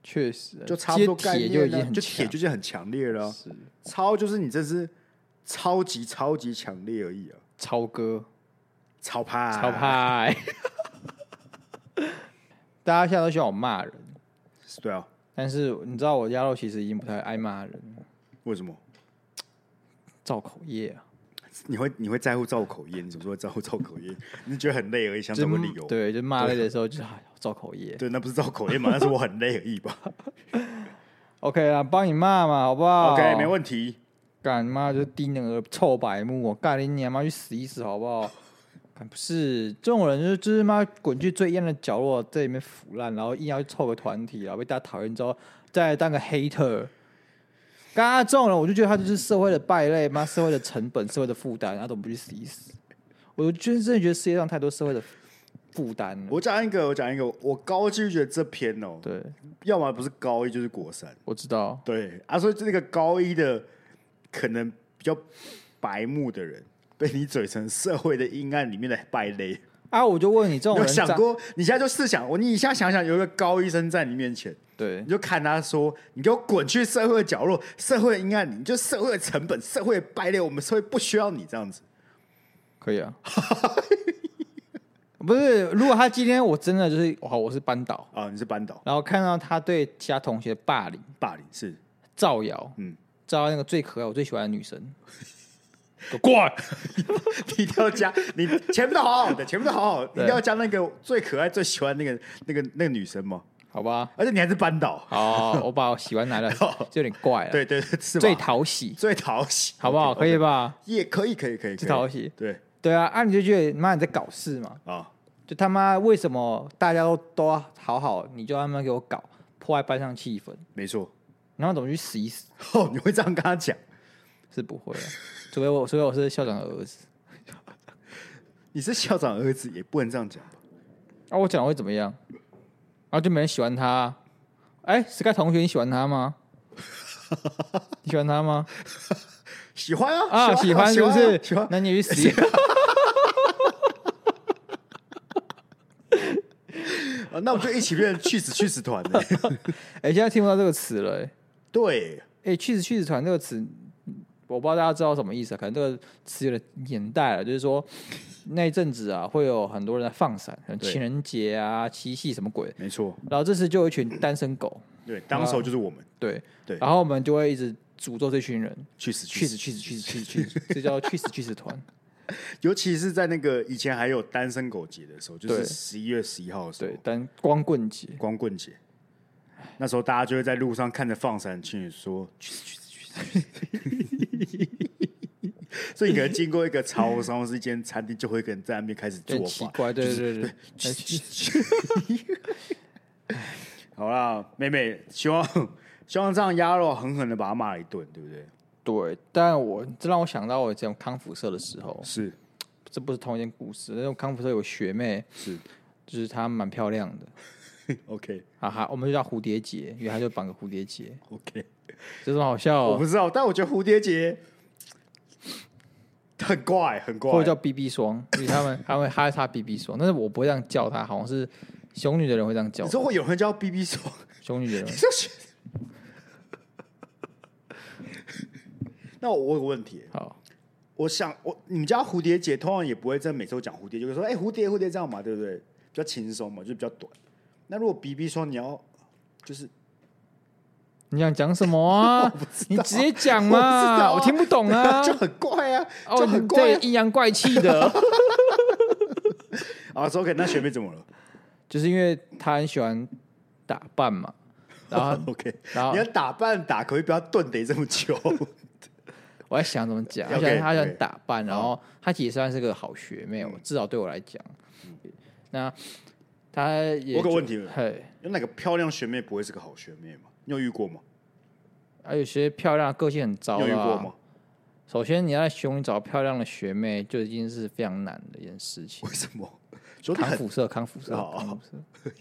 B: 确实啊
A: 就差不多
B: 接
A: 概
B: 铁
A: 念
B: 就已
A: 了
B: 经很
A: 就铁
B: 强
A: 就是很强烈了啊、
B: 是
A: 超就是你这是超级超级强烈而已啊，
B: 超哥
A: 超派
B: 超派， 大家现在都喜欢我骂人，
A: 对啊，
B: 但是你知道我鸭肉其实已经不太爱骂人了，
A: 为什么？
B: 造口业啊，
A: 你会你会在乎造口业？你怎么说会在乎造口业？ 你觉得很累而已，想
B: 就
A: 找
B: 是
A: 个理由。
B: 对，就骂累的时候就是哎造口业。
A: 对，那不是造口业嘛？那是我很累而已 吧。
B: OK 啦，帮你骂嘛，好不好
A: OK，没问题。
B: 干妈就盯那个臭白目，我干你娘妈去死一死好不好？ 干不是这种人，就是就是妈滚去最阴暗的角落，在里面腐烂，然后硬要去凑个团体，然后被大家讨厌之后，再来当个 hater。刚刚这种人，我就觉得他就是社会的败类，妈社会的成本，社会的负担，然后怎么不去死一死？我就真的觉得世界上太多社会的负担了。
A: 我讲一个，我讲一个，我高就觉得这篇哦，
B: 对，
A: 要么不是高一就是国三。
B: 我知道，
A: 对啊，所以这个高一的可能比较白目的人，被你嘴成社会的阴暗里面的败类。
B: 啊，我就问你，这种
A: 你有
B: 人
A: 想
B: 长
A: 过？你现在就试想，我你一下想想，有一个高医生在你面前，
B: 对
A: 你就看他说：“你给我滚去社会的角落，社会的阴暗，你就社会的成本，社会的败类，我们社会不需要你这样子。
B: 可以啊。 不是，如果他今天我真的就是好，我是班导，”
A: 啊，你是扳倒
B: 然后看到他对其他同学的霸凌、
A: 霸凌是
B: 造谣，
A: 嗯
B: 嗯，造谣那个最可爱、我最喜欢的女生，给我过来，
A: 你一定要加，你前面都好好的，前面都好好的，你一
B: 对
A: 定要加那个最可爱、最喜欢那个那个那个女生嘛，
B: 好吧？
A: 而且你还是扳倒，
B: 好，我把我喜欢拿来， 就有点怪了，
A: 对，对对，是吧
B: 哎最讨喜，
A: 最讨喜，
B: 好不好？可以吧？
A: 也可以，可以，可以，可以
B: 最讨喜，
A: 对
B: 对啊，啊，你就觉得妈你在搞事嘛？
A: 啊，
B: 就他妈为什么大家都都好好，你就他妈给我搞破坏班上气氛，
A: 没错。
B: 然后怎么去死一死？
A: 哦，你会这样跟他讲？
B: 是不会啊，除非我，除非我是校长的儿子。
A: 你是校长儿子，也不能这样讲吧？
B: 啊，我讲会怎么样？然后就没人喜欢他啊、哎、s k y 同学，你喜欢 他吗？你喜欢他吗？
A: 喜欢啊，
B: 啊，喜欢是不
A: 啊
B: 是？
A: 喜欢啊，
B: 那你去死！
A: 啊那我们就一起变成去死去死团 了。
B: 哎、现在听不到这个词了、哎
A: 对，
B: 哎、去死去死团”这个词，我不知道大家知道什么意思啊？可能这个词有点年代了，就是说那一阵子啊，会有很多人在放闪，可能
A: 对
B: 情人节啊、七夕什么鬼，
A: 没错，
B: 然后这时就有一群单身狗，
A: 对，当时候就是我们
B: 对
A: 对
B: 然后我们就会一直诅咒这群人，
A: 去死
B: 去
A: 去死，
B: 死去死去死去死去死，这叫去死去死团。
A: 尤其是在那个以前还有单身狗节的时候，就是
B: 对
A: 十一月十一号的时
B: 对
A: 候，，
B: 但光棍节，
A: 光棍节，那时候大家就会在路上看着放闪情侣说去死去死去死去死。所以你可能经过一个超商或是一间餐厅，就会跟在那边开始做
B: 很奇
A: 法。
B: 怪，对对对对，
A: 好啦，妹妹，希望希望这样鸭肉狠狠的把他骂一顿，对不对？
B: 对。但我这让我想到我讲康复社的时候，
A: 是
B: 这不是同一件故事。那种康复社有学妹，
A: 是
B: 就是她蛮漂亮的，
A: ，OK
B: 啊哈，我们就叫蝴蝶结，因为她就绑个蝴蝶结，
A: OK。
B: 这种好笑、
A: 我不
B: 哦，
A: 知道，但我觉得蝴蝶结很怪，很怪。
B: 或者叫 BB 霜，因为他们他们她擦 BB 霜，但是我不会这样叫她，好像是熊女的人会这样叫
A: 你，说会有人叫 BB 霜？
B: 熊女的人
A: 你。说学？ 那我问个问题，
B: 好，
A: 我想我你们家蝴蝶结通常也不会真的每次都讲蝴蝶，就会说哎、蝴蝶蝴蝶这样嘛，对不对？比较轻松嘛，就比较短。那如果 BB 霜你要就是
B: 你想讲什么 啊？你直接讲
A: 我
B: 嘛，
A: 不知道啊
B: 我听不懂啊
A: 就。很怪啊，
B: 哦，
A: 就
B: 你
A: 很怪
B: 这
A: 啊。
B: 阴阳怪气的。
A: 啊，说 OK，那学妹怎么了
B: 就是因为他很喜欢打扮嘛，然后
A: ？OK，
B: 然后
A: 哦你要打扮打，可不可以不要顿得这么久？
B: 我在想怎么讲，他
A: OK，
B: 喜欢他
A: OK
B: 喜
A: 哦嗯
B: 欢打扮，然后他其实算是个好学妹，我至少对我来讲，那他
A: 我
B: 也
A: 有个
B: 就
A: 问题
B: 嘿，
A: 有哪个漂亮学妹不会是个好学妹吗？你有遇过吗？
B: 啊，有些漂亮个性很糟
A: 你有遇
B: 的
A: 过
B: 啊、
A: 吗？
B: 首先你要在熊里找漂亮的学妹，就已经是非常难的一件事情
A: 为。什么？说你
B: 康
A: 很
B: 复社，康复社，
A: 哦
B: 康复社，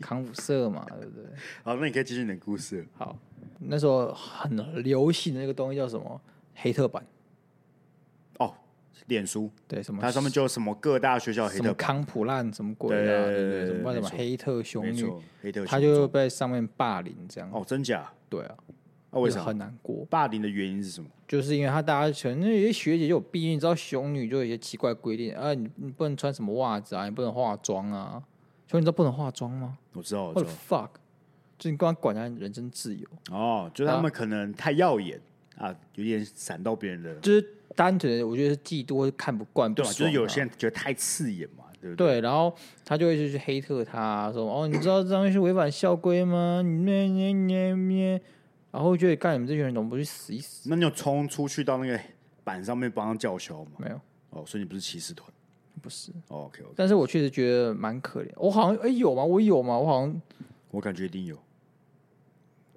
B: 康复社嘛，对不对？
A: 好，那你可以继续你的故事了。
B: 好，那时候很流行的那个东西叫什么黑特版，
A: 哦，脸书，
B: 对什么
A: 它上面就有什么各大学校啊黑
B: 什么
A: 特版，
B: 康普烂什么鬼啊，
A: 对
B: 对
A: 对
B: 对
A: 对
B: 什么
A: 没
B: 什么
A: 错
B: 黑特雄
A: 没
B: 女，
A: 错，黑特
B: 他
A: 熊
B: 就
A: 中
B: 被上面霸凌这样，
A: 哦，真假？
B: 对啊，
A: 啊，为
B: 就
A: 啥？
B: 很难过，
A: 霸凌的原因是什么？
B: 就是因为他大家全那有些学姐就有避孕，你知道熊女就有一些奇怪规定，啊，你你不能穿什么袜子啊，你不能化妆啊，熊女知道不能化妆吗
A: 我知道，我
B: ？What
A: 知
B: the fuck！就你光管人家人身自由，
A: 道，哦，就是他们
B: 啊
A: 可能太耀眼啊，有点闪到别人的，
B: 就是单纯的我觉得是嫉妒或者看不惯，
A: 对吧？
B: 不
A: 就是
B: 爽
A: 有
B: 啊
A: 些人觉得太刺眼嘛，对不对？
B: 对，然后他就会去黑特他说：“哦，你知道这东西是违反校规吗？你咩咩咩咩。”然后我觉得干你们这群人怎么不去死一死？
A: 那你有冲出去到那个板上面帮他叫嚣吗？
B: 没有，
A: 哦，所以你不是骑士团哦
B: 不是。
A: ？OK OK，
B: 但是我确实觉得蛮可怜。我好像哎、有吗？我有吗？我好像
A: 我感觉一定有。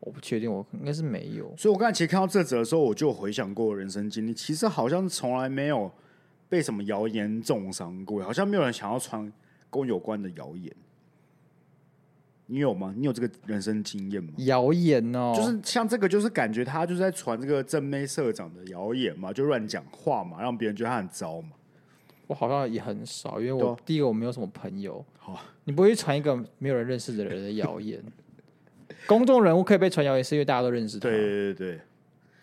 B: 我不确定，我应该是没有。
A: 所以我刚才其实看到这则的时候，我就有回想过我人生经历，其实好像从来没有被什么谣言重伤过，好像没有人想要传跟我有关的谣言。你有吗？你有这个人生经验吗？
B: 谣言哦，
A: 就是像这个，就是感觉他就是在传这个正妹社长的谣言嘛，就乱讲话嘛，让别人觉得他很糟嘛。
B: 我好像也很少，因为
A: 对
B: 我、
A: 啊
B: 第一个我没有什么朋友。
A: 好，啊
B: 你不会传一个没有人认识的人的谣言。 公众人物可以被传谣言，是因为大家都认识他。
A: 对对对对，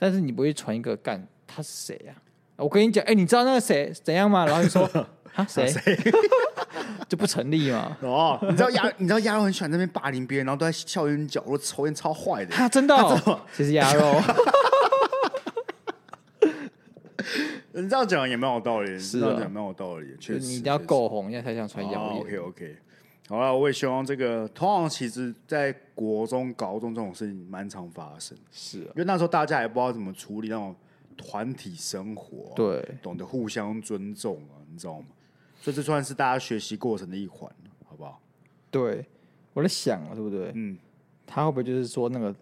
B: 但是你不会传一个干他是谁呀、我跟你讲，哎、你知道那个谁怎样吗？然后你 说啊谁， 就不成立嘛。
A: 哦，你知道亚，你知道亚洲很喜欢在那边霸凌别人，然后都在校园角落抽烟，超坏 的。
B: 啊，真的、哦，其实鸭肉
A: 你这样讲也蛮有道理，
B: 是
A: 你
B: 啊
A: 这样讲蛮有道理， 确实。
B: 你一定要
A: 确实
B: 够红，现在才想传谣
A: OK
B: 言。
A: OK，好了，我也希望这个，通常其实在国中、高中这种事情蛮常发生，
B: 是啊，
A: 因为那时候大家也不知道怎么处理那种团体生活、，啊
B: 对，
A: 懂得互相尊重啊，你知道吗？所以这算是大家学习过程的一环，好不好？
B: 对，我在想啊，对不对？
A: 嗯，
B: 他会不会就是说那个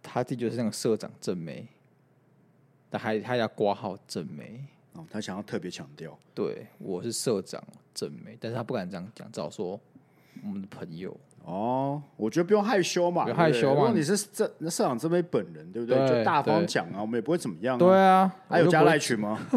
B: 他自己就是那个社长正妹，但还他要挂号正妹。
A: 哦，他想要特别强调，
B: 对，我是社长正妹，但是他不敢这样讲，只好说我们的朋友。
A: 哦，我觉得不用害羞嘛，
B: 不
A: 对
B: 用
A: 不
B: 害
A: 对
B: 羞嘛
A: 如果你是社那社长这边本人，对不对？
B: 对
A: 就大方
B: 对
A: 讲啊，我们也不会怎么样、啊。
B: 对啊，
A: 还、
B: 我
A: 有
B: 就
A: 加
B: 不会
A: 赖群吗？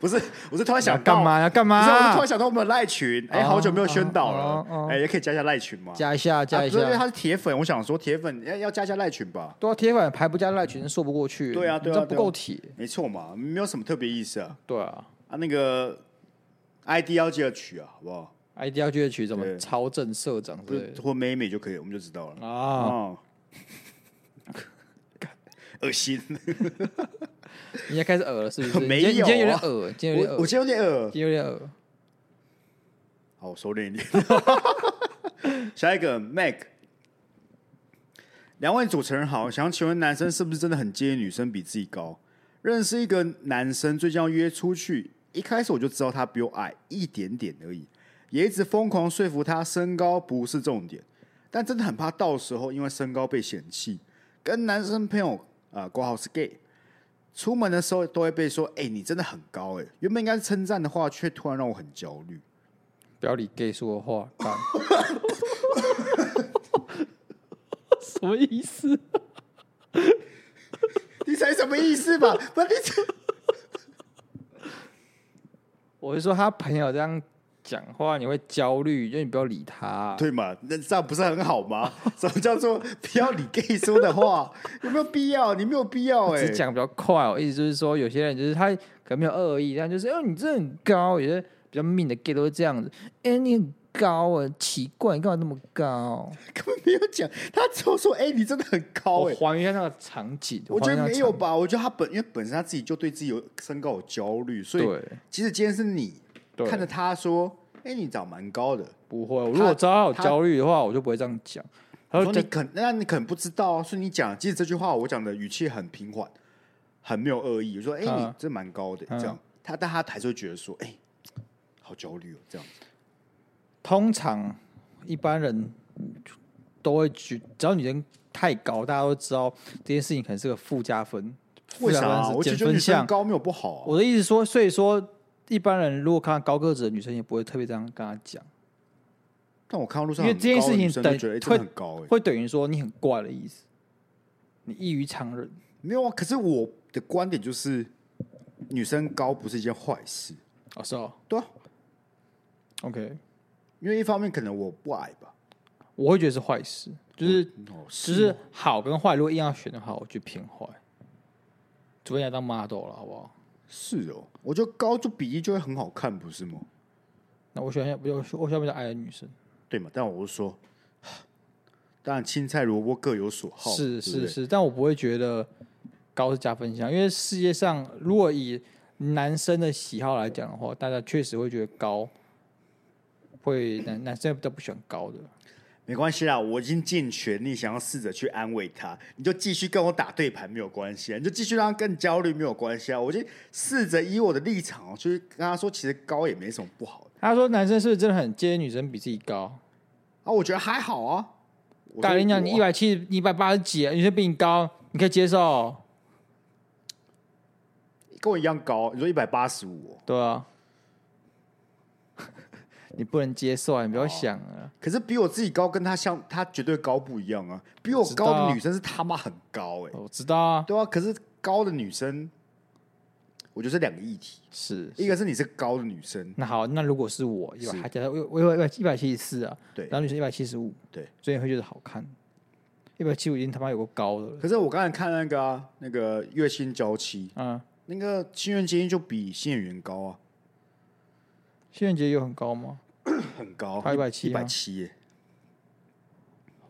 A: 不是，我是突然
B: 要
A: 想到
B: 干嘛要干
A: 不是，我就
B: 嘛
A: 突？然想到我们有赖群，哎、
B: 哦
A: 好久没有宣导
B: 啊哦哦
A: 了，哎，也可以加一下赖群嘛。
B: 加一下，加一下
A: 啊不是因为。他是铁粉，我想说铁粉要要加一下赖群吧，
B: 对啊，铁粉牌不加赖群说不过去。
A: 对啊
B: 你
A: 对啊
B: 这不
A: 对啊
B: 够铁。
A: 没错嘛，没有什么特别意思啊。
B: 对啊
A: 啊，那个 ID 要记得取啊，好不好？
B: ，ID 要记得取什么
A: 对
B: 超正社长
A: 不
B: 之
A: 是
B: 类
A: 或妹妹就可以，我们就知道了
B: 的。啊。
A: 哦， 恶心，
B: 你要开始恶了是不 是？
A: 没
B: 你今天
A: 有
B: 你
A: 啊
B: 今天有点
A: 我
B: 恶，
A: 我今天有点恶
B: 今天有点恶，今天有点恶。
A: 好，我收敛一点。 下一个 Mac，两位主持人好，想请问男生是不是真的很介意女生比自己高？认识一个男生，最近要约出去，一开始我就知道他比我矮一点点而已，也一直疯狂说服他身高不是重点，但真的很怕到时候因为身高被嫌弃。跟男生朋友啊，挂、号是 gay，出门的时候都会被说，哎、你真的很高哎、原本应该是称赞的话，却突然让我很焦虑。
B: 不要理 gay 说的话， 干。什么意思？
A: 你才什么意思 吧？不是你这
B: 我是说他朋友这样讲话，你会焦虑，因为你不要理他。
A: 啊对嘛？那这样不是很好 吗？什么叫做不要理 gay 说的话？有没有必要？你没有必要哎、
B: 只讲比较快、哦，意思就是说，有些人就是他可能没有恶意，但就是，哦，你这很高，有些比较命的 gay 都会这样子，哎、你很高啊，奇怪，你干嘛那么高？
A: 根本没有讲，他只有说哎、你真的很高
B: 我
A: 哎、
B: 还原一下那个场景，
A: 我觉
B: 还
A: 得
B: 原那个
A: 没有
B: 场
A: 吧，我觉得他本因为本身他自己就对自己有身高有焦虑，所以
B: 对
A: 即使今天是你
B: 对
A: 看着他说，哎、你长蛮高的，
B: 不会。如果知道他有焦虑的话，我就不会这样讲。他
A: 我
B: 就
A: 说你
B: 讲
A: 可那你可能不知道啊，所以你讲，即使这句话我讲的语气很平缓，很没有恶意，我说哎、
B: 嗯
A: 你这蛮高的、
B: 嗯
A: 这样，他但他还是会觉得说哎、好焦虑哦这样，
B: 通常一般人都会觉，只要女生太高，大家都知道这件事情可能是个负加分。负
A: 为
B: 加
A: 啥、啊？
B: 分
A: 我
B: 是
A: 就
B: 减
A: 觉得女
B: 分项
A: 生，高没有不好啊，
B: 我的意思说，所以说一般人如果看到高个子的女生，也不会特别这样跟她讲，
A: 但我看到路上
B: 因为
A: 很
B: 这件
A: 高的
B: 事
A: 女
B: 情
A: 生都
B: 等
A: 觉得哎、
B: 会
A: 真的很高哎、
B: 会等于说你很怪的意思。你异于常人。
A: 没有啊，可是我的观点就是，女生高不是一件坏事，
B: 哦，是哦
A: 对啊，
B: ，OK，
A: 因为一方面可能我不矮吧，
B: 我会觉得是坏事，就是
A: 哦，
B: 只是好跟坏，如果硬要选的话，我就偏坏。除非你要当 model 了，好不好？
A: 是哦，我觉得高就比例就会很好看，不是吗？
B: 那我喜欢比较，我喜欢比较矮的女生。
A: 对嘛？但我是说， 当然青菜萝卜各有所好，对
B: 是
A: 不
B: 是
A: 对，
B: 是，但我不会觉得高是加分项，因为世界上如果以男生的喜好来讲的话，大家确实会觉得高，会男男生比较不喜欢高的。
A: 没关系啦，我已经尽全力想要试着去安慰他，你就继续跟我打对盘没有关系啊，你就继续让他更焦虑没有关系啊，我就试着以我的立场哦去跟他说，其实高也没什么不好的
B: 他说男生是不是真的很介意女生比自己高？
A: 啊，我觉得还好啊。我
B: 大
A: 说
B: 林讲
A: 我
B: 你一百七、一百八十几，啊女生比你高，你可以接受？
A: 跟我一样高，你说一百八十五，哦
B: 对啊， 你不能接受啊！你
A: 哦
B: 不要想了。
A: 可是比我自己高跟他相，他绝对高不一样啊。比我
B: 知道啊
A: 高的女生是他妈很高哎、
B: 我知道啊，
A: 对啊，可是高的女生，我觉得是两个议题，
B: 是。
A: 一个是你是高的女生，
B: 那好，那如果是我，一
A: 是
B: 百，还加我我我一百一百七十四啊，
A: 对
B: 然后女生一百七十五，
A: 对，
B: 所以会觉得好看。一百七五已经他妈有个高的了，
A: 可是我刚才看那个、啊、那个月薪娇妻，
B: 嗯，
A: 那个新垣结衣就比新演员高啊，
B: 轩辕杰有很高吗？
A: 很高，
B: 她170
A: 一
B: 啊
A: 百七耶，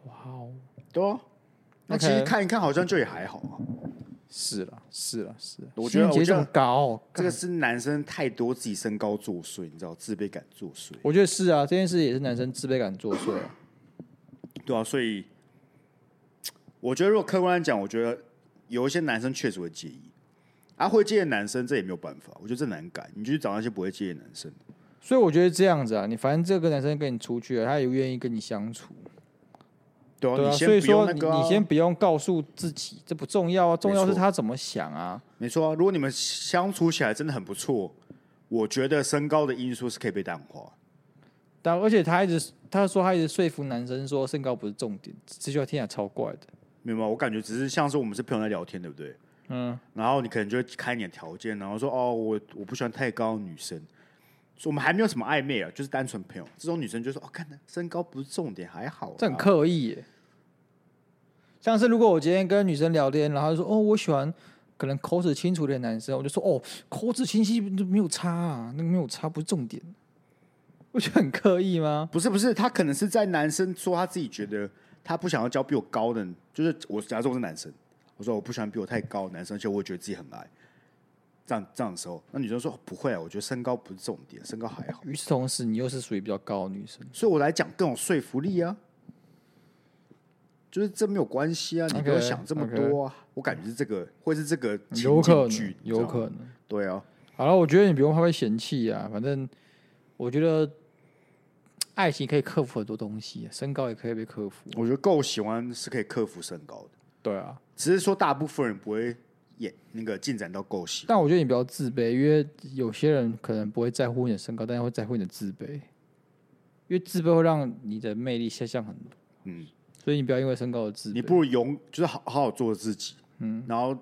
B: 哇哦，
A: 对啊。那
B: OK
A: 其实看一看好像就也还好啊，
B: 是了，是了，是啦。
A: 我觉得
B: 轩辕杰
A: 我觉
B: 这
A: 得
B: 么高哦，
A: 这个
B: 干
A: 是男生太多自己身高作祟，你知道自卑感作祟，
B: 我觉得是啊，这件事也是男生自卑感作祟啊。
A: 对啊，所以我觉得如果客观来讲，我觉得有一些男生确实会介意，啊，会介意的男生这也没有办法，我觉得这难改，你就去找那些不会介意的男生。
B: 所以我觉得这样子啊，你反正这个男生跟你出去了，他也愿意跟你相处，
A: 对啊，
B: 对啊，
A: 你先
B: 所以
A: 不用
B: 说
A: 那
B: 你
A: 个啊、
B: 你先不用告诉自己，这不重要啊，重要
A: 没
B: 是
A: 错
B: 他怎么想啊。
A: 没错、啊，如果你们相处起来真的很不错，我觉得身高的因素是可以被淡化。
B: 但而且他一直他说他一直说服男生说身高不是重点，这句话听起来超怪的。
A: 明白吗？我感觉只是像是我们是朋友在聊天，对不对？
B: 嗯，
A: 然后你可能就会开你的条件，然后说哦，我我不喜欢太高的女生，所以我们还没有什么暧昧啊，就是单纯朋友。这种女生就说哦，看的身高不是重点，还好、啊。
B: 这很刻意耶。像是如果我今天跟女生聊天，然后她就说哦，我喜欢可能口齿清楚的男生，我就说哦，口齿清晰就没有差啊，那个没有差不是重点。我觉得很刻意吗？
A: 不是不是，他可能是在男生说他自己觉得他不想要交比我高的，就是我假如说我是男生，我说我不喜欢比我太高的男生，而且我也觉得自己很矮，这样这样的时候，那女生说、哦不会啊，我觉得身高不是重点，身高还好，
B: 与此同时，你又是属于比较高的女生。
A: 所以我来讲更有说服力啊，就是这没有关系啊，你不
B: OK，
A: 要想这么多啊我感觉是这个会是这个
B: 有可
A: 情景
B: 能
A: 剧，，
B: 有可
A: 能，
B: 能。
A: 对啊，
B: 好了，我觉得你不用怕被嫌弃啊，反正我觉得爱情可以克服很多东西，身高也可以被克服。
A: 我觉得够喜欢是可以克服身高的，
B: 对啊，
A: 只是说大部分人不会也那个进展到够喜欢。
B: 但我觉得你不要自卑，因为有些人可能不会在乎你的身高，但是会在乎你的自卑，因为自卑会让你的魅力下降很多。
A: 嗯，
B: 所以你不要因为身高而自卑。
A: 你不如勇，就是好好好做自己，嗯，然后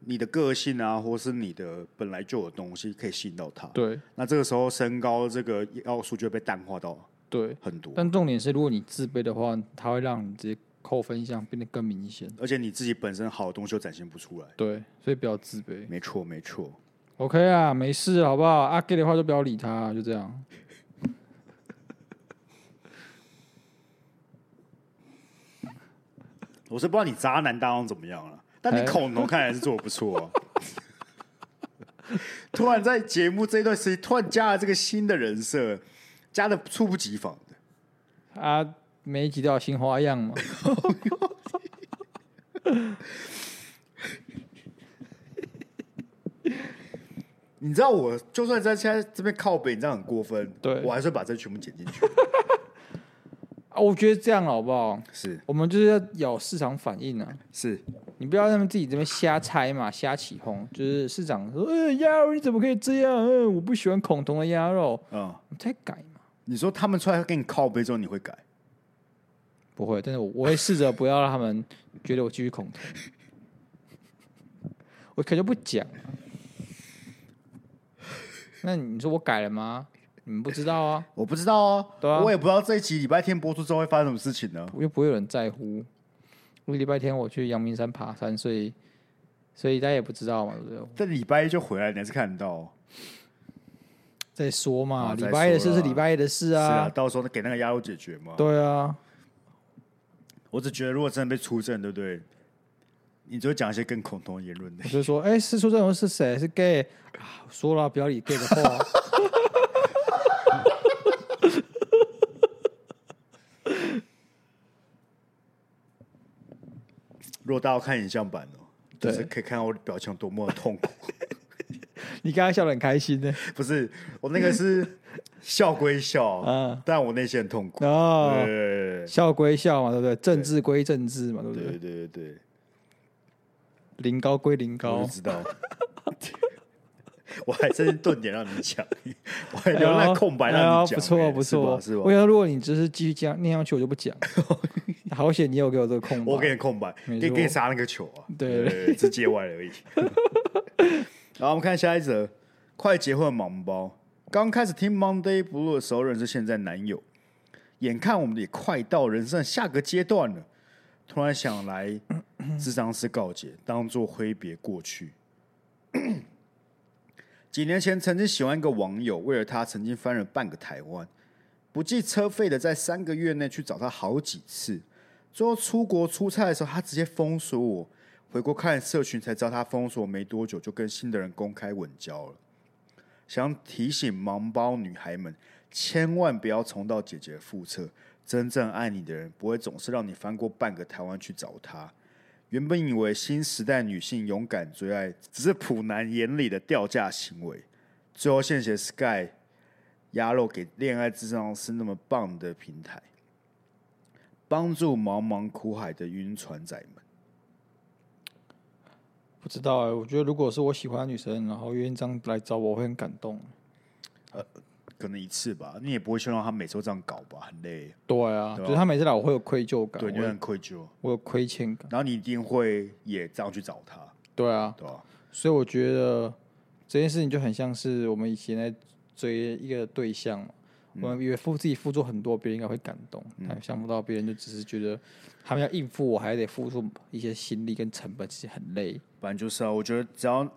A: 你的个性啊，或是你的本来就有的东西可以吸引到他。，
B: 对
A: 那这个时候身高这个要素就会被淡化到
B: 对，
A: 很多，
B: 但重点是，如果你自卑的话，它会让你这些扣分项变得更明显。
A: 而且你自己本身好的东西又展现不出来。
B: 对，所以不要自卑。
A: 没错，没错。
B: OK 啊，没事，好不好？阿 gay 的话就不要理他，就这样。
A: 我是不知道你渣男搭档怎么样了，但
B: 哎
A: 你恐龙看来是做的不错、啊。突然在节目这段时间，突然加了这个新的人设，加的猝不及防的。
B: 啊，每一集都有新花样嘛。
A: 你知道我就算在现在这边靠北，你这样很过分，
B: 对
A: 我还是会把这全部剪进去。
B: 啊，我觉得这样好不好？
A: 是
B: 我们就是要有市场反应啊！
A: 是，
B: 你不要让他们自己这边瞎猜嘛，瞎起哄。就是市长说：“呃、鸭肉你怎么可以这样？呃，我不喜欢孔同的鸭肉。
A: 嗯，”
B: 你再改嘛？
A: 你说他们出来跟你靠背之后，你会改？
B: 不会，但是我我会试着不要让他们觉得我继续孔同。我可就不讲了。那你说我改了吗？你们不知道啊，
A: 我不知道哦，
B: 对啊
A: 我也不知道这一期礼拜天播出之后会发生什么事情呢。
B: 又不会有人在乎。我礼拜天我去阳明山爬山，所以所以大家也不知道嘛，对不对？
A: 这礼拜一就回来，你还是看得到哦。
B: 再说嘛，
A: 啊
B: 礼
A: 再
B: 拜一的
A: 说
B: 事是
A: 啦
B: 礼拜一的事
A: 是
B: 啊
A: 啊，，到时候给那个鸭肉解决嘛。
B: 对啊，
A: 我只觉得如果真的被出征，对不对？你只会讲一些更恐同的言论 的
B: 我。就说，哎、是出这种是谁？是 gay 啊？我说了，不要理 gay 的话。
A: 如果大家有看影像版哦，就
B: 对
A: 是可以看到我的表情有多么的痛苦。
B: 你刚刚笑得很开心呢、
A: 不是，我那个 是笑归笑，
B: 嗯
A: 但我内心很痛苦。
B: 哦，
A: 对
B: 笑归笑嘛，对不对？政治归政治嘛，对不
A: 对对
B: 对？
A: 对对，
B: 零高归零
A: 我
B: 高
A: 就，知道。我还真是顿点让你讲， 我还留那空白
B: 哎呦
A: 让你
B: 哎呦
A: 讲、
B: 不错
A: 哎
B: 不
A: 是吧
B: 错。
A: 是吧
B: 我？想说如果你只是继续这样念下去，我就不讲。 好险你有给我这个空白。
A: 我给你空白，
B: 没
A: 给
B: 错
A: 给你杀那个球啊！
B: 对
A: 对，只界外而已。 然后我们看下一则，快结婚的盲包。刚开始听 Monday Blue 的时候，认识现在男友，眼看我们也快到人生的下个阶段了，突然想来 智商师告解，当做挥别过去。 几年前曾经喜欢一个网友，为了他曾经翻了半个台湾，不计车费的在三个月内去找他好几次。最后出国出差的时候，他直接封锁我。回国看社群才知道他封锁没多久，就跟新的人公开稳交了。想提醒盲包女孩们，千万不要重蹈姐姐的覆辙。真正爱你的人，不会总是让你翻过半个台湾去找他。原本以为新时代女性勇敢追爱，只是普男眼里的掉价行为。最后献血 Sky 鸭肉给恋爱智商是那么棒的平台。帮助茫茫苦海的晕船仔们。
B: 不知道哎、我觉得如果是我喜欢的女生，然后院长来找我，我会很感动。
A: 可能一次吧，你也不会希望他每周这样搞吧，很累，
B: 对啊，
A: 对啊
B: 就是她每次来，我会有愧疚感，
A: 对，你
B: 我
A: 会
B: 有
A: 很愧疚，
B: 我有亏欠感。
A: 然后你一定会也这样去找他，
B: 对啊，
A: 对吧？
B: 所以我觉得这件事情就很像是我们以前在追一个对象嘛，
A: 嗯
B: 我们以为付自己付出很多，别人应该会感动，但想不到别人就只是觉得他们要应付我，还得付出一些心力跟成本，其实很累。
A: 反正就是啊，我觉得只要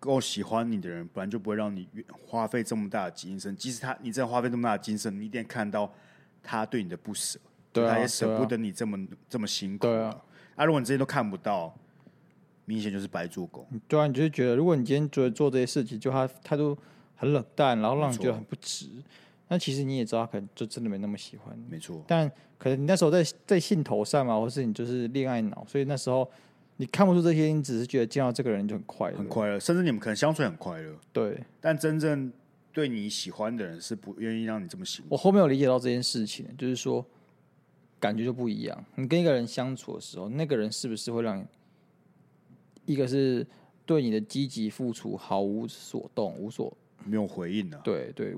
A: 够喜欢你的人，本来就不会让你花费这么大的精神。即使他你真的花费这么大的精神，你一定看到他对你的不舍，
B: 对啊
A: 他也舍
B: 对
A: 不
B: 啊
A: 得你这么这么辛苦。
B: 对啊，
A: 啊，如果你这些都看不到，明显就是白做工。
B: 对啊，你就是觉得，如果你今天觉得做这些事情，就他态度很冷淡，然后让你觉得很不值，那其实你也知道，他可能就真的没那么喜欢你。
A: 没错，
B: 但可能你那时候在在兴头上嘛，或是你就是恋爱脑，所以那时候你看不出这些，你只是觉得见到这个人就很快乐，
A: 很快乐，甚至你们可能相处很快乐。
B: 对
A: 但真正对你喜欢的人是不愿意让你这么喜欢。
B: 我后面有理解到这件事情，就是说感觉就不一样。你跟一个人相处的时候，那个人是不是会让你，一个是对你的积极付出毫无所动，无所
A: 没有回应呢、啊
B: 对对，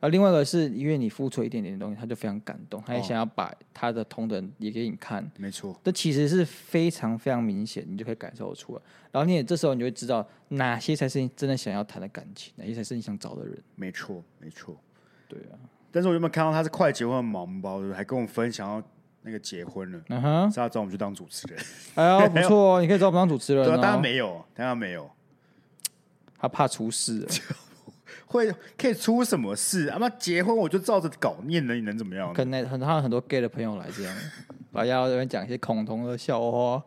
B: 而另外一个是因为你付出一点点东西，他就非常感动，
A: 哦
B: 他也想要把他的同等也给你看。
A: 没错，
B: 这其实是非常非常明显，你就可以感受得出来。然后你也这时候你就会知道哪些才是你真的想要谈的感情，哪些才是你想找的人。
A: 没错，没错。
B: 对啊，
A: 但是我原本看到他是快结婚的盲包，对不对还跟我分享要那个结婚了，
B: 嗯哼，
A: 是他找我们去当主持人。
B: 哎呦不错哦，你可以找我们当主持人
A: 对啊，当然
B: 哦。
A: 没有，当然没有，
B: 他怕出 事了，
A: 会可以出什么事？啊妈，结婚我就照着搞念了，你能怎么样？
B: 跟那很他很多 gay 的朋友来这样，把丫头这边讲一些恐同的笑话，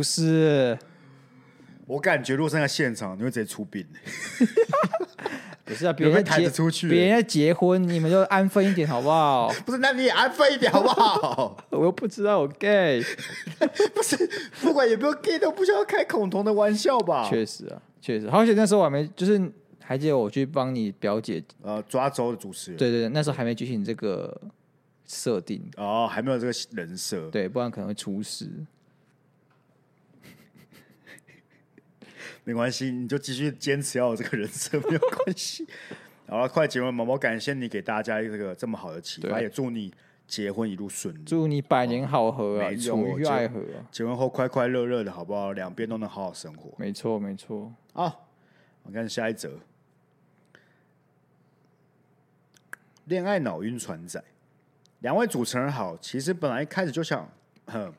B: 事
A: 我感觉如果站在现场，你会直接出殡。
B: 不是啊，别
A: 有被
B: 人
A: 弹
B: 结
A: 得出去
B: 别人在结婚，你们就安分一点好不好？
A: 不是，那你也安分一点好不好？
B: 我又不知道我 gay，
A: 不是，不管有没有 gay 都不需要开恐同的玩笑吧？
B: 确实啊，确实，好险那时候我还没，就是还记得我去帮你表姐
A: 呃，抓周的主持人。
B: 对对对，那时候还没举行这个设定，
A: 哦，还没有这个人设。
B: 对，不然可能会出事。
A: 没关系，你就继续坚持要有这个人设，没有关系。好了，快结婚，毛毛，感谢你给大家这个这么好的启
B: 对
A: 发，也祝你结婚一路顺利，
B: 祝你百年好合啊，
A: 哦没错
B: 永浴
A: 就
B: 爱河啊、
A: 结婚后快快乐乐的好不好？两边都能好好生活。
B: 没错，没错。
A: 好，我看下一则。恋爱脑晕船仔，两位主持人好。其实本来一开始就想，哼，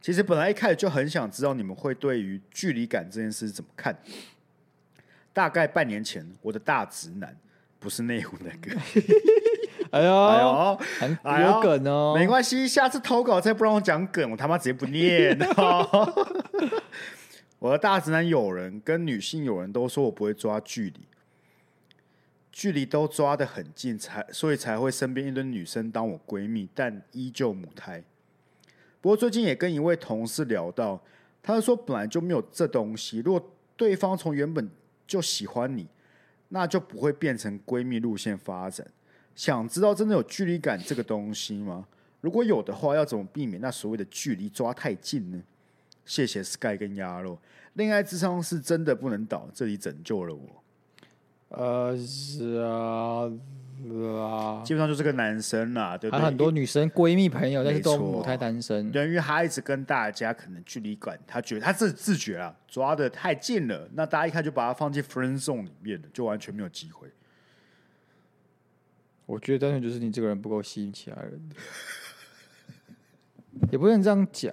A: 其实本来一开始就很想知道你们会对于距离感这件事怎么看。大概半年前，我的大直男不是内湖那个，
B: 哎 呦，
A: 哎呦，
B: 很
A: 哎呦
B: 有梗哦、
A: 没关系，下次投稿再不让我讲梗，我他妈直接不念哦。我的大直男友人跟女性友人都说我不会抓距离，距离都抓得很近才，所以才会身边一堆女生当我闺蜜，但依旧母胎。不过最近也跟一位同事聊到，他就说本来就没有这东西，如果对方从原本就喜欢你，那就不会变成闺蜜路线发展。想知道真的有距离感这个东西吗？如果有的话，要怎么避免那所谓的距离抓太近呢？谢谢 Sky 跟鸭肉，恋爱智商是真的不能倒，这里拯救了我。
B: 呃，是啊，是啊，
A: 基本上就是个男生啦，对不
B: 还
A: 对？
B: 有很多女生闺蜜朋友，但是
A: 没错
B: 都母胎单身。
A: 对，因为他一直跟大家可能距离感，他觉得他自自觉啊，抓的太近了，那大家一看就把他放进 friend zone 里面了，就完全没有机会。
B: 我觉得单纯就是你这个人不够吸引其他人，也不能这样讲。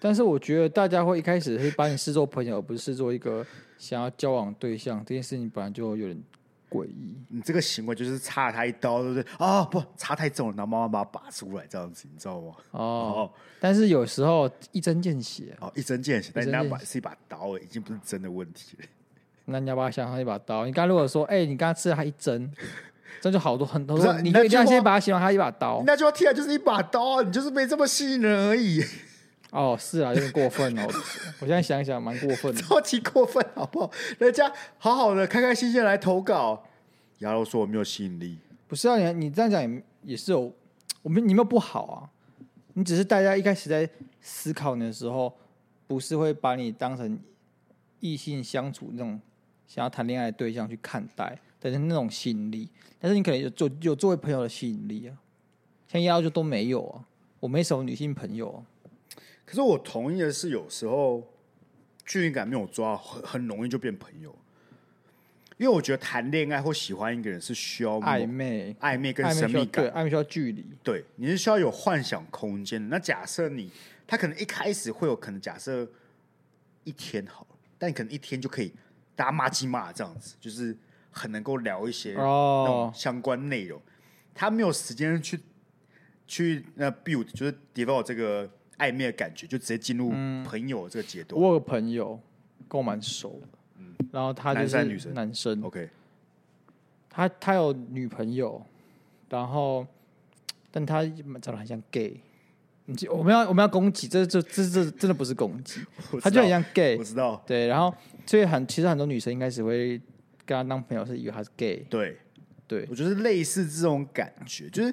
B: 但是我觉得大家会一开始会把你视作朋友，而不是视作一个想要交往对象。这件事情本来就有点诡异。
A: 你这个行为就是插了他一刀，对不对？啊、不，插太重了，然后妈妈把他拔出来，这样子，你知道吗？
B: 哦，
A: 哦，
B: 但是有时候一针见血，
A: 哦，一针见血，但
B: 一针
A: 那
B: 见
A: 把
B: 血
A: 是一把刀、已经不是真的问题了。
B: 那你要把它想成一把刀。你刚如果说，哎、你刚刚吃了他一针，这就好多很多
A: 不是，啊
B: 你
A: 那
B: 就一定要
A: 句话
B: 先把它形容它一把刀。
A: 那句话听起来就是一把刀，你就是没这么吸引人而已，
B: 哦，是啊，有点过分哦。我现在想一想，蛮过分的。
A: 超级过分，好不好？人家好好的，开开心心来投稿。亚柔说我没有吸引力，
B: 不是啊，你你这样讲也也是有，我们你没有不好啊，你只是大家一开始在思考你的时候，不是会把你当成异性相处那种想要谈恋爱的对象去看待，但是那种吸引力，但是你可能有做有作为朋友的吸引力啊，像丫就都没有啊，我没什么女性朋友啊，
A: 可是我同意的是，有时候距离感没有抓，很很容易就变朋友。因为我觉得谈恋爱或喜欢一个人是需要
B: 暧昧，
A: 暧昧跟
B: 暧昧
A: 神
B: 需要
A: 秘感
B: 对，暧昧需要距离，
A: 对，你是需要有幻想空间的。那假设你，他可能一开始会有可能假设一天好了，但你可能一天就可以大家骂鸡骂这样子，就是很能够聊一些那种
B: 哦，
A: 相关内容。他没有时间去去那 build，就是 develop 这个暧昧的感觉，就直接进入朋友这个阶段。
B: 嗯我有个朋友跟我蛮熟的，然后他就
A: 嗯男
B: 是
A: 生还是女生
B: 男生
A: OK，
B: 他他有女朋友，然后，但他长得很像 gay。你记我们要我们要攻击，这这这这真的不是攻击，
A: 我知
B: 他就
A: 道
B: 很像 gay
A: 我。知道，
B: 对，然后所以很其实很多女生一开始会跟他当朋友，是以为他是 gay。
A: 对
B: 对
A: 我觉得类似这种感觉，就是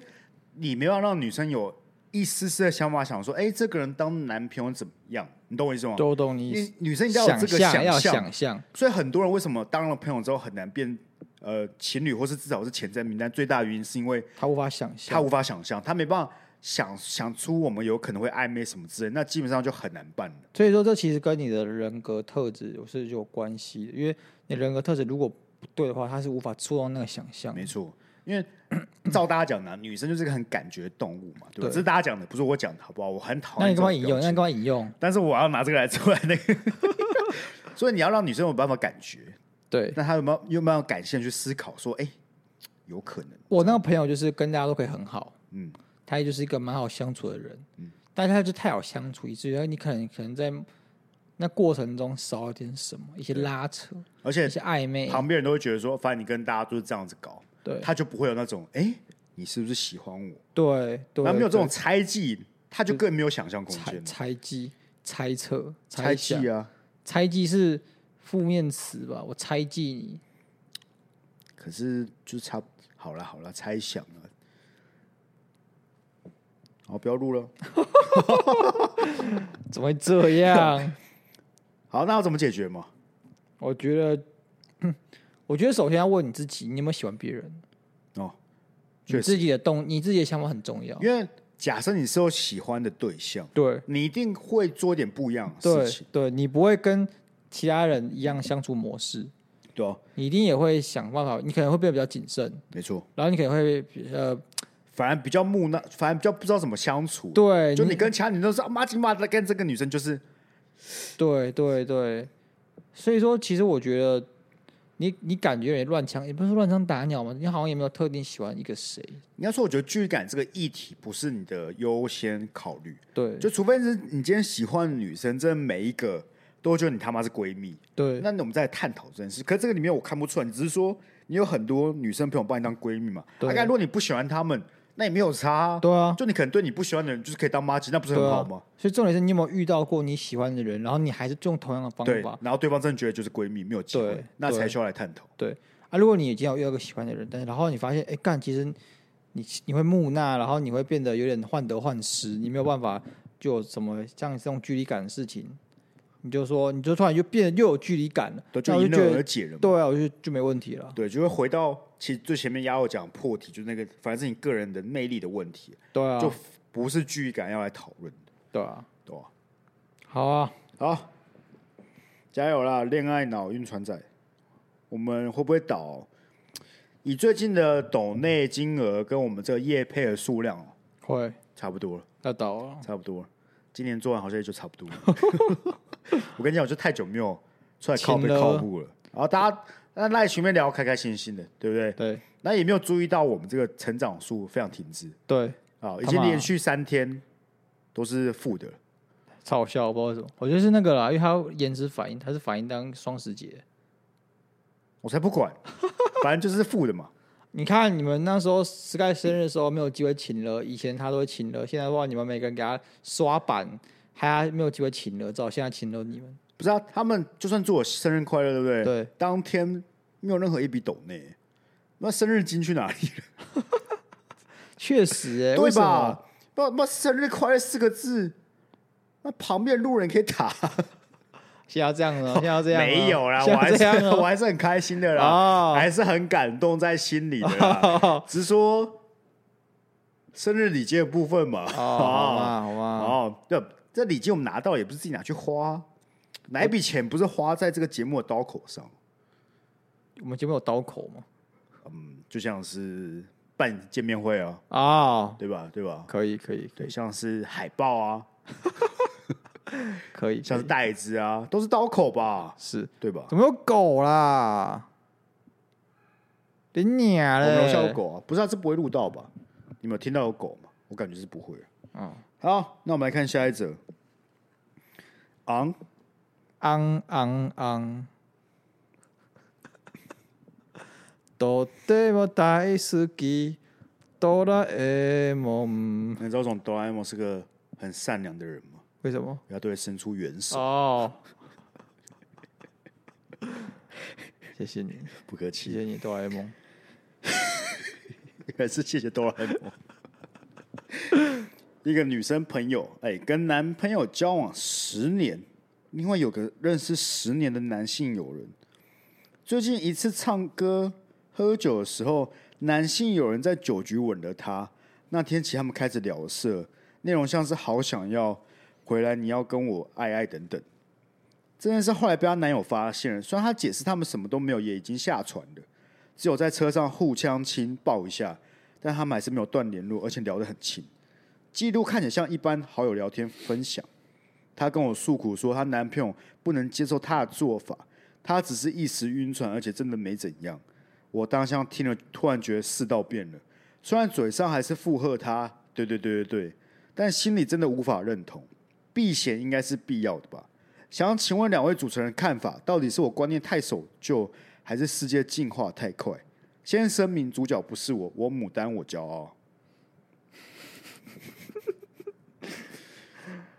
A: 你没有让女生有一丝丝的想法，想说，哎、这个人当男朋友怎么样？你懂我意思吗？
B: 都懂你意思
A: 你女生一定要有
B: 想
A: 这个
B: 象要
A: 象，
B: 想象，
A: 所以很多人为什么当了朋友之后很难变呃情侣，或是至少是前在名单，最大的原因是因为
B: 他无法想
A: 他
B: 象。
A: 无法想象，他没办法想想出我们有可能会暧昧什么之
B: 嗯
A: 类，那基本上就很难办了。
B: 所以说，这其实跟你的人格特质有是有关系的，因为你人格特质如果不对的话，他是无法触动那个想象的。
A: 没错，因为照大家讲的啊、女生就是个很感觉的动物嘛，对吧？
B: 对
A: 这是大家讲的，不是我讲的，好不好？我很讨
B: 那
A: 厌
B: 你
A: 这
B: 干嘛
A: 种
B: 引
A: 标
B: 用？那
A: 签
B: 你干嘛引用？
A: 但是我要拿这个来出来那 个，所以你要让女生有办法感觉，
B: 对，
A: 那她有没有有没有感性地去思考说，哎、有可能
B: 我那个朋友就是跟大家都可以很好，
A: 嗯
B: 嗯，他也就是一个蛮好相处的人，嗯，但是他就太好相处，以至于你可能可能在那过程中少了点什么，一些拉扯，
A: 而且
B: 一些暧昧，
A: 旁边人都会觉得说，反正你跟大家都是这样子搞，
B: 对
A: 他就不会有那种，哎、你是不是喜欢我？
B: 对对，
A: 那没有这种
B: 对
A: 猜忌，他就更没有想象空
B: 猜
A: 间。
B: 猜忌、猜测、
A: 猜
B: 想
A: 忌、啊，
B: 猜忌是负面词吧？我猜忌你，
A: 可是就差不好了，好了，猜想了。好，不要录了。
B: 怎么会这 样？
A: 好，那要怎么解决嘛？
B: 我觉 得，我觉得首先要问你自己，你有没有喜欢别人？
A: 哦，
B: 你
A: 确
B: 自己的动，你自己的想法很重要。
A: 因为假设你是有喜欢的对象，
B: 对
A: 你一定会做点不一样的事
B: 对
A: 情，
B: 对，你不会跟其他人一样相处模式，
A: 对啊，
B: 你一定也会想办法，你可能会变得比较谨慎，
A: 没错。
B: 然后你可能会呃，
A: 反而比较木讷，反而比较不知道怎么相处。，
B: 对，
A: 就你跟其他女生说啊妈鸡妈的，跟这个女生就是
B: 对对对，所以说其实我觉得你你感觉有点乱枪，也不是说乱枪打鸟嘛，你好像也没有特定喜欢一个谁，
A: 应该说，我觉得距离感这个议题不是你的优先考虑，
B: 对
A: 就除非是你今天喜欢的女生，真的每一个都觉得你他妈是闺蜜，
B: 对
A: 那我们再探讨这件事。可是这个里面我看不出来，你只是说你有很多女生朋友把你当闺蜜嘛，
B: 对
A: 大概如果你不喜欢她们，那也没有差、啊。
B: 对啊，
A: 就你可能对你不喜欢的人，就是可以当妈鸡，那不是
B: 对
A: 很
B: 啊
A: 好吗？？
B: 所以重点是你有没有遇到过你喜欢的人，然后你还是用同样的方
A: 对
B: 法，
A: 然后对方真的觉得就是闺蜜，没有机会
B: 对，
A: 那才
B: 对
A: 需要来探讨。
B: 对啊，如果你已经有遇到一个喜欢的人，但是然后你发现，哎、干，其实你你会木讷，然后你会变得有点患得患失，你没有办法就有什么像这种距离感的事情，你就说你就突然就变得又有距离感了，
A: 对，
B: 那
A: 就
B: 我
A: 迎
B: 就
A: 刃
B: 觉
A: 而
B: 得
A: 解了嘛。
B: 对啊，我就就没问题了，
A: 对，就会回到其实最前面鸭肉讲破题，就是那个反正是你个人的魅力的问题，
B: 对啊，
A: 就不是距离感要来讨论的，
B: 对啊，
A: 对吧？
B: 好啊，
A: 好，加油啦，恋爱脑晕船仔，我们会不会倒？以最近的抖内金额跟我们这个业配的数量哦，
B: 会
A: 差不多了，
B: 要倒啊了，
A: 差不多了。今年做完好像也就差不多了。 我跟你讲，我就太久没有出来靠背
B: 请了
A: 靠步了。然后大家那赖群面聊得开开心心的，对不对？
B: 对
A: 那也没有注意到我们这个成长数非常停滞
B: 对，
A: 啊，已
B: 干
A: 经
B: 嘛
A: 连续三天都是负的了。
B: 超好笑，我不知道为什么，我觉得是那个啦，因为它延迟反应，它是反应当双十节。
A: 我才不管，反正就是负的嘛。
B: 你看，你们那时候 Sky 生日的时候没有机会请了，以前他都会请了，现在的话你们每个人给他刷版，还没有机会请了，只好现在请了你们。
A: 不是啊，他们就算祝我生日快乐，对不对？
B: 对，
A: 当天没有任何一笔抖内，那生日金去哪里了？
B: 确实、欸，为
A: 对
B: 什么？
A: 吧？不不，生日快乐四个字，那旁边路人可以打。
B: 现在要这样呢？现在要这样呢？啊
A: 没有啦，
B: 现
A: 我
B: 在
A: 还
B: 要
A: 是
B: 这样呢
A: 我还是很开心的啦，
B: 哦
A: 还是很感动在心里的啦。只是说生日礼金的部分嘛，
B: 哦，好嘛，好嘛，
A: 哦，这这礼金我们拿到也不是自己拿去花，啊哪一笔钱不是花在这个节目的刀口上？
B: 我们节目有刀口吗？
A: 嗯，就像是办见面会啊，
B: 哦，
A: 对吧？对吧？
B: 可以，可以，可
A: 对，
B: 以，
A: 像是海报啊，
B: 可以，
A: 像
B: 可
A: 是
B: 以
A: 袋子啊，都是刀口吧？
B: 是
A: 对吧？
B: 怎么有狗啦？连鸟
A: 我
B: 嘞，
A: 们楼下有狗啊，不是啊，这不会录到吧？你们有听到有狗吗？我感觉是不会。
B: 嗯，
A: 好，那我们来看下一则。昂，
B: 昂昂昂！とても大好き哆啦 A 梦。
A: 你知道这种哆啦 A 梦是个很善良的人吗？
B: 为什么？
A: 他对会伸出援手，
B: 哦，谢谢你，
A: 不客
B: 谢
A: 气
B: 谢。你哆啦 A 梦。
A: 还是谢谢哆啦 A 梦。一个女生朋友，哎、跟男朋友交往十年，另外有个认识十年的男性友人，最近一次唱歌喝酒的时候，男性友人在酒局吻了她。那天起，他们开始聊色，内容像是好想要回来，你要跟我爱爱等等。这件事后来被她男友发现了，虽然她解释他们什么都没有，也已经下船了。只有在车上互相亲抱一下，但他们还是没有断联络，而且聊得很亲。记录看起来像一般好友聊天分享。她跟我诉苦说，她男朋友不能接受她的做法，她只是一时晕船，而且真的没怎样。我当下听了，突然觉得世道变了。虽然嘴上还是附和她，对对对对对，但心里真的无法认同。避嫌应该是必要的吧？想请问两位主持人看法，到底是我观念太守旧，还是世界进化太快？先声明，主角不是我，我牡丹，我骄傲。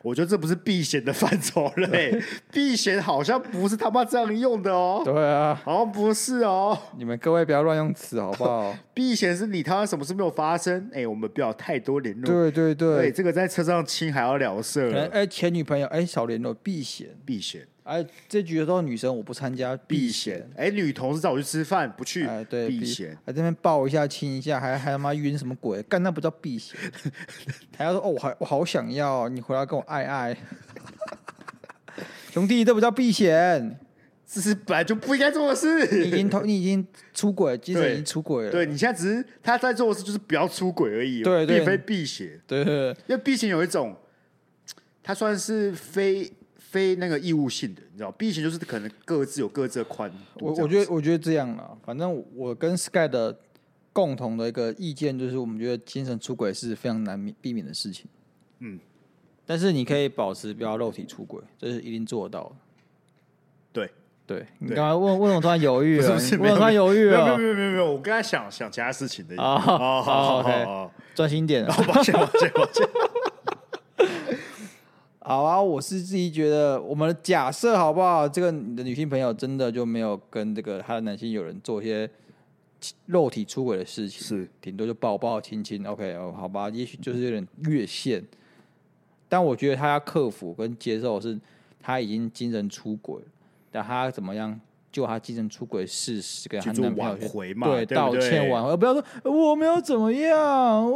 A: 我觉得这不是避嫌的范畴了、欸， 避嫌好像不是他妈这样用的哦，
B: 对啊，
A: 好像不是哦，
B: 你们各位不要乱用词好不好？
A: 避嫌是你他妈什么事没有发生，哎、我们不要太多联络，
B: 对哎对
A: 对，
B: 对，
A: 这个在车上亲还要聊色
B: 可能
A: 了，
B: 哎前女朋友哎少联络避嫌，
A: 避嫌
B: 哎，这局的时候女生我不参加，
A: 避嫌。哎、女同事找我去吃饭，不去，
B: 哎，对，
A: 避
B: 避
A: 嫌。，
B: 还这边抱一下、亲一下，还还他妈晕什么鬼？干那不叫避嫌，还要说哦，我还我好想要，你回来跟我爱爱， 兄弟，这不叫避嫌，
A: 这是本来就不应该做的
B: 你已
A: 事。
B: 经偷，你已经出轨，精神
A: 对
B: 已经出轨了，
A: 对你现在只是他在做的事，就是不要出轨而已，
B: 对对
A: 并非避嫌。
B: 对对
A: 因为避嫌有一种，它算是非非那个义务性的，你知道，避嫌就是可能各自有各自的宽度
B: 我
A: 这样
B: 我觉得我觉得这样了，反正我跟 Sky 的共同的一个意见就是，我们觉得精神出轨是非常难免避免的事情。
A: 嗯，
B: 但是你可以保持不要肉体出轨，这是一定做得到的。
A: 对。
B: 对你
A: 对
B: 刚才问问我突然犹豫 了，
A: 不是
B: 你
A: 没有
B: 问我突然犹豫
A: 没有没有
B: 了
A: 没，有没有没有，我刚才想想其他事情的。
B: 哦
A: 哦，好好好
B: 哦，OK
A: 好，
B: 专心一点啊。
A: 好抱歉抱歉抱歉。
B: 好啊，我是自己觉得，我们假设好不好？这个你的女性朋友真的就没有跟这个她的男性友人做一些肉体出轨的事情，
A: 是
B: 顶多就抱抱亲亲，OK 哦，好吧，也许就是有点越线。但我觉得她要克服跟接受的是，她已经精神出轨了，但她要怎么样就她精神出轨的事实跟她
A: 去做
B: 男朋友
A: 挽回嘛对
B: 对，
A: 不
B: 道
A: 对
B: 歉挽回，不要说呃我没有怎么样，哦，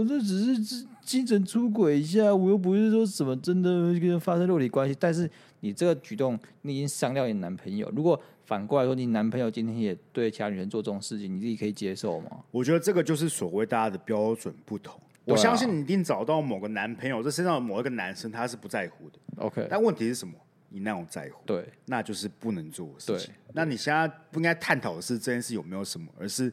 B: 我这只是精精神出轨一下，我又不是说什么真的跟人发生肉体关系。但是你这个举动，你已经伤掉你男朋友。如果反过来说，你男朋友今天也对其他女人做这种事情，你自己可以接受吗？
A: 我觉得这个就是所谓大家的标准不同。我
B: 对啊
A: 相信你一定找到某个男朋友，这身上的某一个男生他是不在乎的。
B: OK，
A: 但问题是什么？你那种在乎，
B: 对
A: 那就是不能做的事情
B: 对。
A: 那你现在不应该探讨的是这件事有没有什么，而是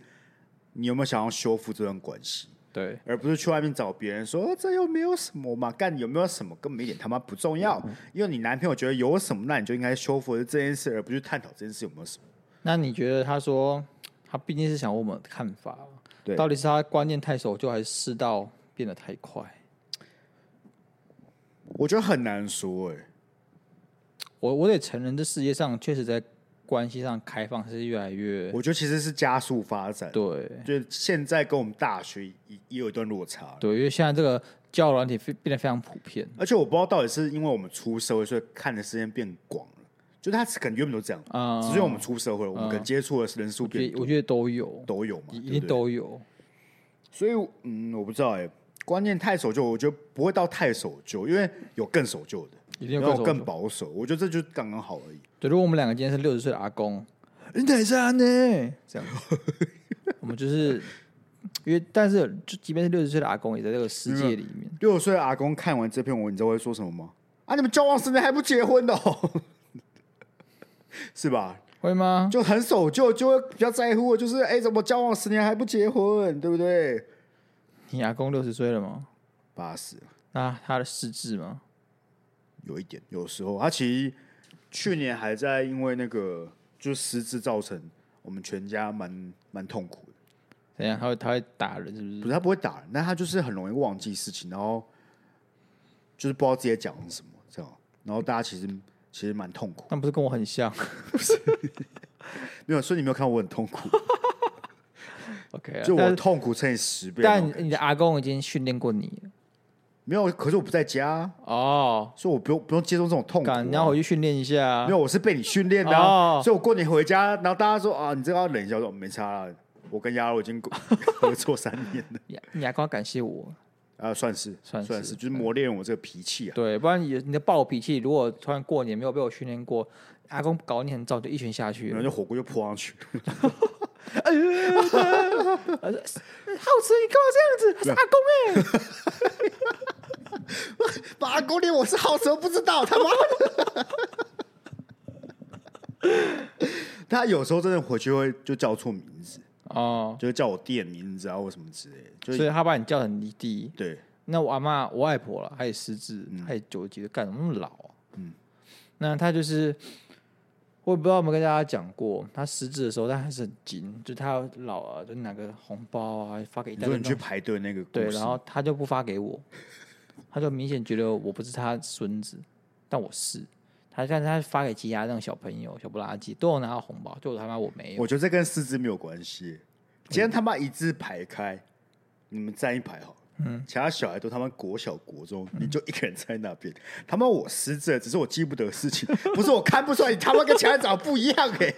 A: 你有没有想要修复这段关系，
B: 对
A: 而不是去外面找别人说、哦这又没有什么嘛，干有没有什么根本一点他妈不重要。
B: 嗯
A: 因为你男朋友觉得有什么，那你就应该修复的是这件事，而不是探讨这件事有没有什么。
B: 那你觉得他说他毕竟是想问我们的看法，
A: 对
B: 到底是他观念太守旧，还是世道变得太快？
A: 我觉得很难说、哎，
B: 我我得承认，这世界上确实在关系上开放是越来越
A: 我觉得其实是加速发展。
B: 对
A: 就现在跟我们大学也也有一段落差，
B: 对，因为现在这个交友软体非变得非常普遍
A: 而且我不知道到底是因为我们出社会，所以看的时间变广了，就他可能原本都这样，
B: 啊，
A: 只是因为我们出社会了，我们可能接触的人数
B: 我觉
A: 变
B: 得我
A: 多，
B: 觉得都有，
A: 都有嘛，
B: 一
A: 对
B: 定
A: 不对？
B: 都有。
A: 所以嗯，我不知道哎、观念太守旧，我觉得不会到太守旧，因为有更守旧的，
B: 一定有
A: 然后
B: 更守
A: 更
B: 旧
A: 保守，我觉得这就是刚刚好而已。
B: 对，如果我们两个今天是六十岁的阿公，你哪吒呢？这样，我们就是因为，但是就即便是六十岁的阿公，也在这个世界里面。
A: 六十岁的阿公看完这篇文，你知道会说什么吗？啊，你们交往十年还不结婚的、哦， 是吧？
B: 会吗？
A: 就很守旧，就会比较在乎，就是哎、怎么交往十年还不结婚，对不对？
B: 你阿公六十岁了吗？
A: 八十
B: 那他的失智吗？
A: 有一点，有时候他其实去年还在因为那个就是失智造成我们全家蛮蛮痛苦的。
B: 怎样？他会他会打人是不是？
A: 不是他不会打人，但他就是很容易忘记事情，然后就是不知道自己在讲什么这样，然后大家其实其实蛮痛苦的。
B: 那不是跟我很像
A: 没有，所以你没有看我很痛苦，
B: ？OK，啊
A: 就
B: 但
A: 我痛苦乘以十倍那种感觉。
B: 但你的阿公已经训练过你了
A: 没有，可是我不在家啊，
B: 哦，
A: 所以我不用不用接受这种痛苦、啊。
B: 敢你要回去训练一下啊
A: 没。有，我是被你训练的、啊
B: 哦
A: 所以我过年回家，然后大家说啊，你这个要忍一下，我说没差啦，我跟鸭肉已经合作三年了，
B: 你你阿公要感谢我，
A: 啊，算是
B: 算是嗯
A: 算是，就是磨练我这个脾气啊。
B: 对，不然你你的暴脾气，如果突然过年没有被我训练过，阿公搞你很早就一拳下去
A: 然后。
B: 了
A: 就火锅就泼上 去，嗯
B: 好吃，你干嘛这样子？
A: 啊
B: 他是阿公哎、
A: 把狗脸我是好蛇不知道，他妈的！他有时候真的回去会就叫错名字，
B: 哦，
A: 就会叫我店名字啊或什么之类的，嗯就
B: 所以他把你叫成你弟。
A: 对，
B: 那我阿妈，我外婆了，她也失智，她也九十几了，干什么那么老啊？
A: 嗯
B: 那她就是，我也不知道有没有跟大家讲过，她失智的时候，她还是很精，就她要老啊，就拿个红包啊发给一
A: 你
B: 大
A: 说
B: 堆
A: 你
B: 那
A: 去
B: 种
A: 排队那个故事，
B: 对，然后他就不发给我，他就明显觉得我不是他孙子，但我是。他但是他发给其他那种小朋友、小不拉几都有拿到红包，就我他妈我没有。
A: 我觉得这跟四肢没有关系。今天他妈一字排开，你们站一排好了，嗯，其他小孩都他妈国小国中，你就一个人在那边，他妈我失智了，只是我记不得事情， 不是我看不出来，你他妈跟其他人长得不一样哎、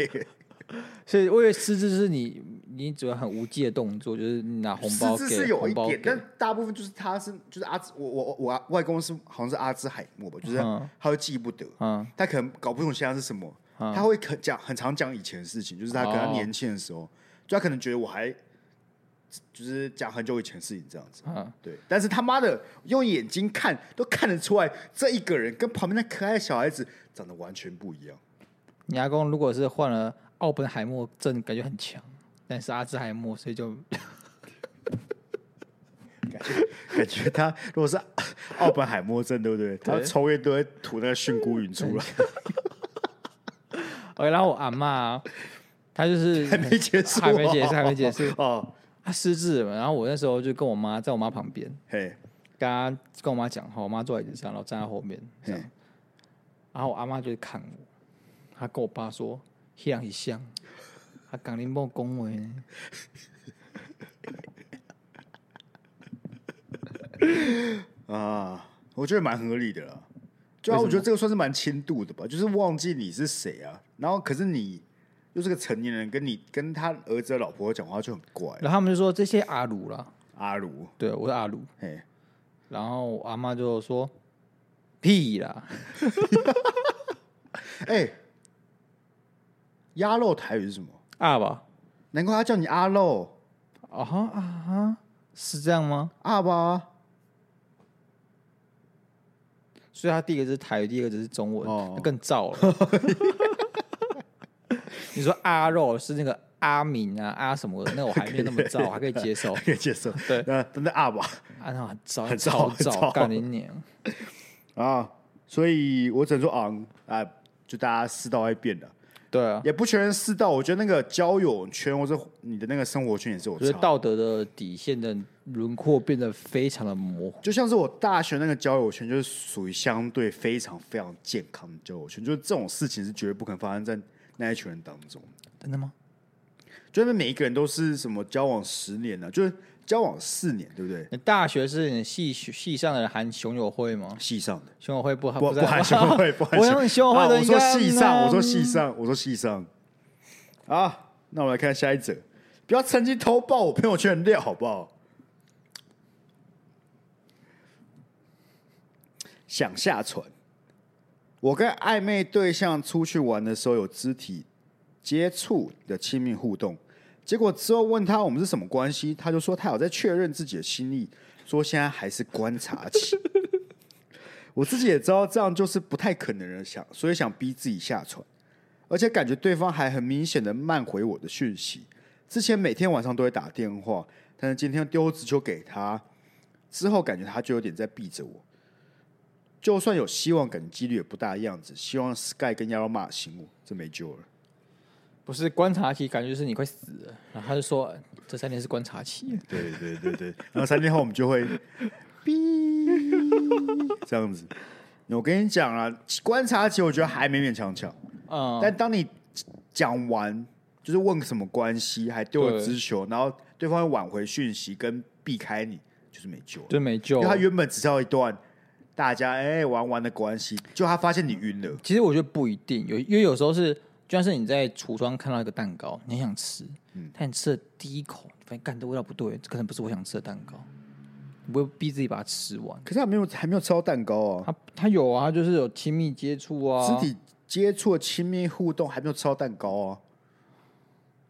B: 所以我以为失智是你你主要很无忌的动作，就是你拿 红包
A: 失
B: 给
A: 智是有一
B: 红包
A: 点
B: 给，
A: 但大部分就是他是就是阿兹，我我我我外公是好像是阿兹海默吧，就是
B: 嗯
A: 他会记不得，
B: 嗯
A: 他可能搞不懂现在是什么，他会可讲很常讲以前的事情，就是他跟他
B: 哦
A: 年轻的时候，就他可能觉得我还就是讲很久以前的事情这样子，
B: 嗯，
A: 对，但是他妈的用眼睛看都看得出来，这一个人跟旁边那可爱的小孩子长得完全不一样。
B: 你阿公如果是换了奥本海默症，感觉很强，但是阿兹海默，所以就
A: 感觉他如果是奥本海默症，对不对？他抽烟都会吐那个菌菇云 出来，
B: OK，然后我哎阿妈，她就是
A: 还没结束哦、
B: 还没结束，还没结束，
A: 哦。
B: 她失智了嘛。然后我那时候就跟我妈在我妈旁边，
A: 嘿，
B: 跟她跟我妈讲话，我妈坐在椅子上，然后站在后面这样
A: 嘿。
B: 然后我阿妈就看我，她跟我爸说：“一样一像，她讲你莫恭维呢。
A: 啊，我觉得蛮合理的啦。对啊，我觉得这个算是蛮轻度的吧，就是忘记你是谁啊，然后可是你又是个成年人，跟你跟他儿子的老婆讲话就很”怪、
B: 然后他们就说：“这些阿鲁啦，
A: 阿如，
B: 对我是阿鲁。
A: 嘿，”
B: 然后我阿妈就说：“屁啦，
A: 哎、鸭肉台语是什么？
B: 阿吧，
A: 难怪他叫你阿肉
B: 啊哈啊哈，是这样吗？
A: 阿吧？
B: 所以他第一个字是台语，第二个字是中文，
A: 哦
B: 那更燥了。你说阿肉是那个阿敏啊阿什么的，那我还没有那么燥，我还可以接受。
A: 可以接受。
B: 对
A: 那真的阿吧
B: 啊，那很燥，
A: 很燥
B: 燥，
A: 很燥
B: 燥，干你娘！
A: 啊，所以我只能说昂啊，就大家世道在变了，
B: 对啊，
A: 也不全然世道。我觉得那个交友圈或者你的那个生活圈也是有
B: 我觉
A: 差
B: 得。道德的底线的轮廓变得非常的模糊。
A: 就像是我大学那个交友圈，就是属于相对非常非常健康的交友圈，就是这种事情是绝对不可能发生在那一群人当中。
B: 真的吗？
A: 就是每一个人都是什么交往十年呢、就是交往四年，对不对？
B: 你大学是你系系上的人喊熊友会吗？
A: 系上的
B: 熊友会不
A: 不
B: 在
A: 不含兄会，不含
B: 我
A: 兄
B: 用熊友会
A: 啊
B: 的
A: 我
B: 应
A: 说
B: 该
A: 系上，我说
B: 嗯
A: 系上，我说系上。啊，那我们来看下一则，不要趁机偷爆我朋友圈的料，好不好？想下船。我跟暧昧对象出去玩的时候有肢体接触的亲密互动，结果之后问他我们是什么关系，他就说他有在确认自己的心意，说现在还是观察期。我自己也知道这样就是不太可能的，想所以想逼自己下船，而且感觉对方还很明显的慢回我的讯息。之前每天晚上都会打电话，但是今天丢直球给他，之后感觉他就有点在避着我。就算有希望，感觉几率也不大的样子。希望 Sky 跟亚罗马醒我，这没救了。
B: 不是观察期，感觉就是你快死了。然后他就说这三天是观察期。
A: 对对对对，然后三天后我们就会哔这样子。我跟你讲啊，观察期我觉得还勉勉强强。
B: 嗯，
A: 但当你讲完，就是问什么关系，还丢了
B: 对
A: 直球，然后对方会挽回讯息跟避开你，就是没救了。
B: 就没救
A: 因为他
B: 了。
A: 原本只是要一段大家哎、玩玩的关系，就他发现你晕了，
B: 其实我觉得不一定，有因为有时候是，就像是你在橱窗看到一个蛋糕，你很想吃，
A: 嗯
B: 但你吃的第一口，你发现干这味道不对，这可能不是我想吃的蛋糕，你不会逼自己把它吃完。
A: 可是他没有还没有吃到蛋糕啊，
B: 他他有啊，他就是有亲密接触啊，
A: 肢体接触、亲密互动还没有吃到蛋糕啊。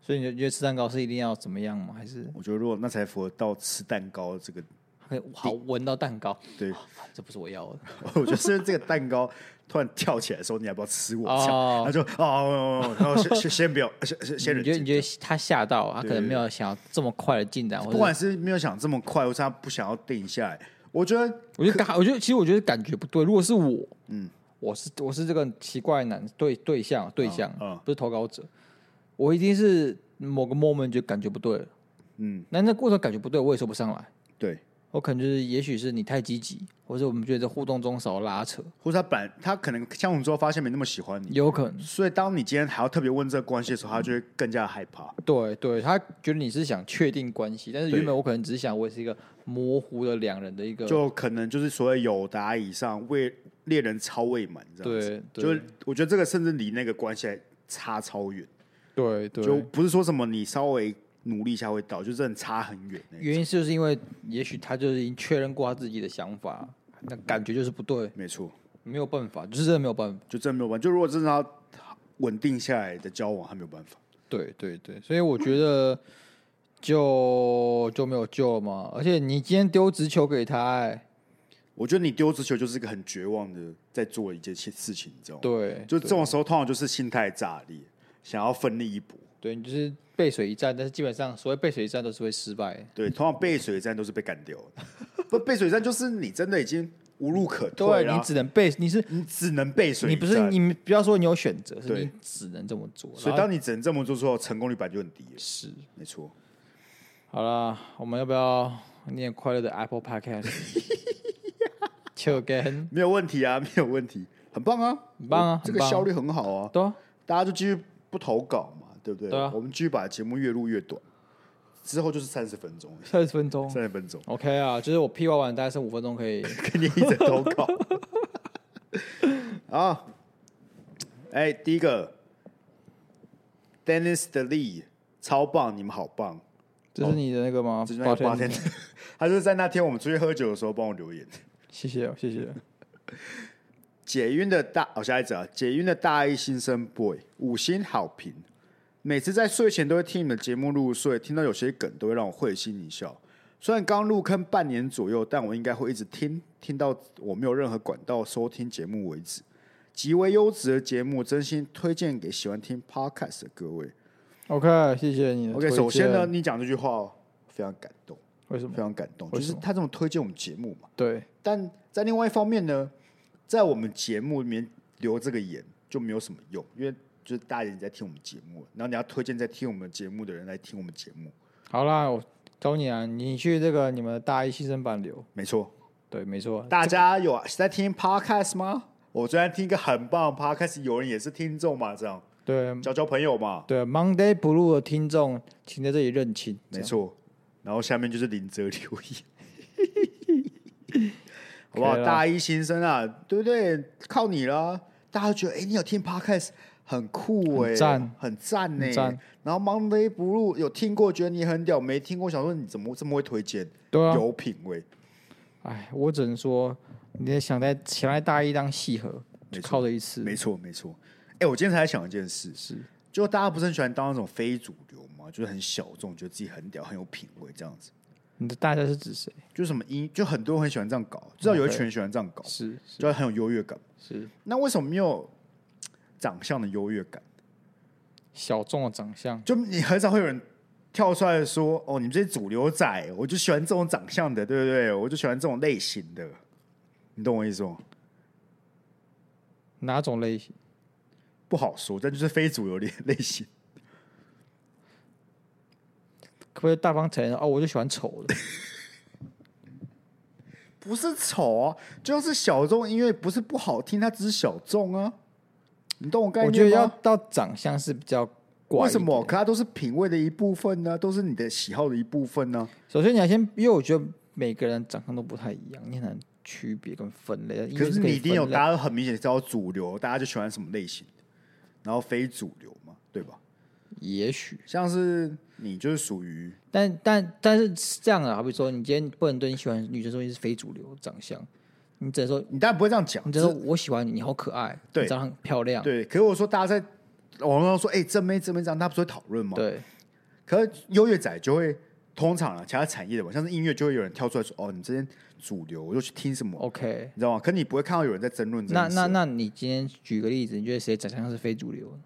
B: 所以你就觉得吃蛋糕是一定要怎么样吗？还是
A: 我觉得如果那才符合到吃蛋糕这个，
B: 嘿好闻到蛋糕，
A: 对
B: 这不是我要的。
A: 我觉得是这个蛋糕突然跳起来的时候，你要不要吃我？这样
B: 哦
A: 他就哦哦，哦哦然后先先先不要，先先先
B: 你
A: 忍
B: 觉得
A: 住
B: 你。觉得他吓到，他可能没有想要这么快的进展，或
A: 不
B: 者
A: 管是没有想这么快，或是他不想要定下来，我觉得
B: 我觉得感，我觉得其实我觉得感觉不对。如果是我，嗯，我是我是这个奇怪的男对对象对象，
A: 嗯嗯
B: 不是投稿者，我一定是某个 moment 就感觉不对了。
A: 嗯，
B: 那那过程感觉不对，我也说不上来。
A: 对，
B: 我可能就是也许是你太积极，或者我们觉得互动中少了拉扯，
A: 或者他本他可能相处之后发现没那么喜欢你，
B: 有可能。
A: 所以当你今天还要特别问这个关系的时候，他就会更加害怕。
B: 对对，他觉得你是想确定关系，但是
A: 对
B: 原本我可能只是想我也是一个模糊的两人的一个
A: 就可能就是所谓有达以上为猎人超未满这样子，
B: 对
A: 就
B: 对
A: 是我觉得这个甚至离那个关系还差超远，
B: 对对，
A: 就不是说什么你稍微努力一下会到，就真的差很远那种、
B: 原因是就是因为也许他就是已经确认过他自己的想法，那感觉就是不对，
A: 没错，
B: 没有办法，就是真的没有办法。
A: 就真的没有办法。就如果真的要稳定下来的交往，还没有办法。
B: 对对对，所以我觉得就就没有救了嘛。而且你今天丢直球给他、哎，
A: 我觉得你丢直球就是一个很绝望的在做一件事事情，你知道吗？
B: 对，
A: 哦就这种时候，通常就是心态炸裂，想要奋力一搏。
B: 对你就是背水一战，但是基本上所谓背水一战都是会失败的。
A: 对，通常背水战都是被干掉的， 不背水战就是你真的已经无路可退
B: 对
A: 了，
B: 你只能背，你是
A: 你只能背水
B: 你
A: 一
B: 不
A: 战。
B: 是你不要说你有选择，是
A: 对
B: 你只能这么做。
A: 所以
B: 然后
A: 当你只能这么做之后，成功率本来就很低了。
B: 是
A: 没错，
B: 好了，我们要不要念快乐的 Apple Podcast？就跟
A: 没有问题啊，没 有问题，很棒啊，
B: 很棒啊
A: 我这个
B: 很棒啊
A: 效率很好啊，
B: 对啊
A: 大家就继续不投稿嘛，对不对？
B: 对啊
A: 我们继续把节目越录越短，之后就是三十分钟，
B: 三十分钟
A: 三十分钟，
B: ，OK 啊，就是我屁话完大概剩五分钟可以。
A: 跟你一直投稿 啊。哎，第一个，Dennis 的 Lee 超棒，你们好棒，
B: 这是你的那个吗？
A: 这是那个八
B: 抱
A: 天
B: 歉，，
A: 他就是在那天我们出去喝酒的时候帮我留言。
B: 谢谢哦谢谢。
A: 解晕的大，哦，下一则啊，解晕的大一新生 boy 五星好评。每次在睡前都会听你们的节目入睡，听到有些梗都会让我会心一笑。虽然刚入坑半年左右，但我应该会一直听，听到我没有任何管道收听节目为止。极为优质的节目，真心推荐给喜欢听 podcast 的各位。
B: OK，谢谢你的
A: OK，
B: 推荐
A: 首先呢，，你讲这句话哦非常感动，
B: 为什么
A: 非？常感动，就
B: 为什
A: 是
B: 么
A: 他这么推荐我们节目嘛。
B: 对，
A: 但在另外一方面呢，在我们节目里面留这个言就没有什么用，因为就是大家已经在听我们节目了，然后你要推荐在听我们节目的人来听我们节目，
B: 好啦，我找你啊，你去这个你们的大一新生版留。
A: 没错。
B: 对，没错，
A: 大家有在听 podcast 吗？我昨天听一个很棒的 podcast，有人也是听众嘛，这样
B: 对
A: 交交朋友嘛，
B: 对，Monday Blue 的听众，请在这里认亲。
A: 没错。然后下面就是林哲留 言。好不好？
B: 可以啦
A: 大一新生啊，对不对？靠你了，大家都觉得哎、诶你有听 podcast 很酷哎、
B: 很赞
A: 很赞呢、欸
B: 很赞
A: 然后 Monday Blue 有听过，觉得你很屌；没听过，想说你怎么这么会推荐？
B: 对啊，
A: 有品味，
B: 哎，我只能说，你也想在想在大一当戏核，
A: 没
B: 就
A: 错
B: 靠这一次。
A: 没错没错。哎、我今天才在想一件事，
B: 是
A: 就大家不是很喜欢当那种非主流嘛，就是很小众，觉得自己很屌，很有品味这样子。
B: 你的大家是指谁？
A: 就什么音，就很多人很喜欢这样搞，
B: 哦
A: 知道有一群人喜欢这样搞，
B: 是
A: 就很有优越感。
B: 是
A: 那为什么没有长相的优越感？
B: 小众的长相，
A: 就你很少会有人跳出来说：“哦，你们这些主流仔，我就喜欢这种长相的，对不对？我就喜欢这种类型的。”你懂我意思吗？
B: 哪种类型？
A: 不好说，但就是非主流类类型。
B: 可不可以大方承认？哦，我就喜欢丑的。
A: 不是丑、啊，就是小众音乐，不是不好听，它只是小众啊。你懂我概
B: 我觉得
A: 念
B: 要
A: 吗？
B: 到长相是比较怪。
A: 为什么？？可它都是品味的一部分呢、都是你的喜好的一部分呢、
B: 首先你要先，因为我觉得每个人长相都不太一样，你很难区别跟分类。音乐
A: 可是
B: 是
A: 你一定有，
B: 答
A: 大家都很明显知道主流，大家就喜欢什么类型的，然后非主流嘛，对吧？
B: 也许，
A: 像是你就是属于
B: 但但但是是这样的，好啊比说，你今天不能对你喜欢的女生说你是非主流长相，你只能说，
A: 你，当然不会这样讲
B: 你，只
A: 就
B: 能
A: 是
B: 说我喜欢你，你好可爱，
A: 对
B: 你长得很漂亮，
A: 对。可是我说大家在网络上说，哎、正妹正妹这样，大家不是会讨论吗？。
B: 对
A: 可是优越仔就会通常啊，其他产业的嘛，像是音乐就会有人跳出来说，哦，你这些主流，我就去听什么，
B: ，OK。
A: 你知道吗？可你不会看到有人在争论这
B: 哦那
A: 件事啊
B: 那那你今天举个例子，你觉得谁长相是非主流的？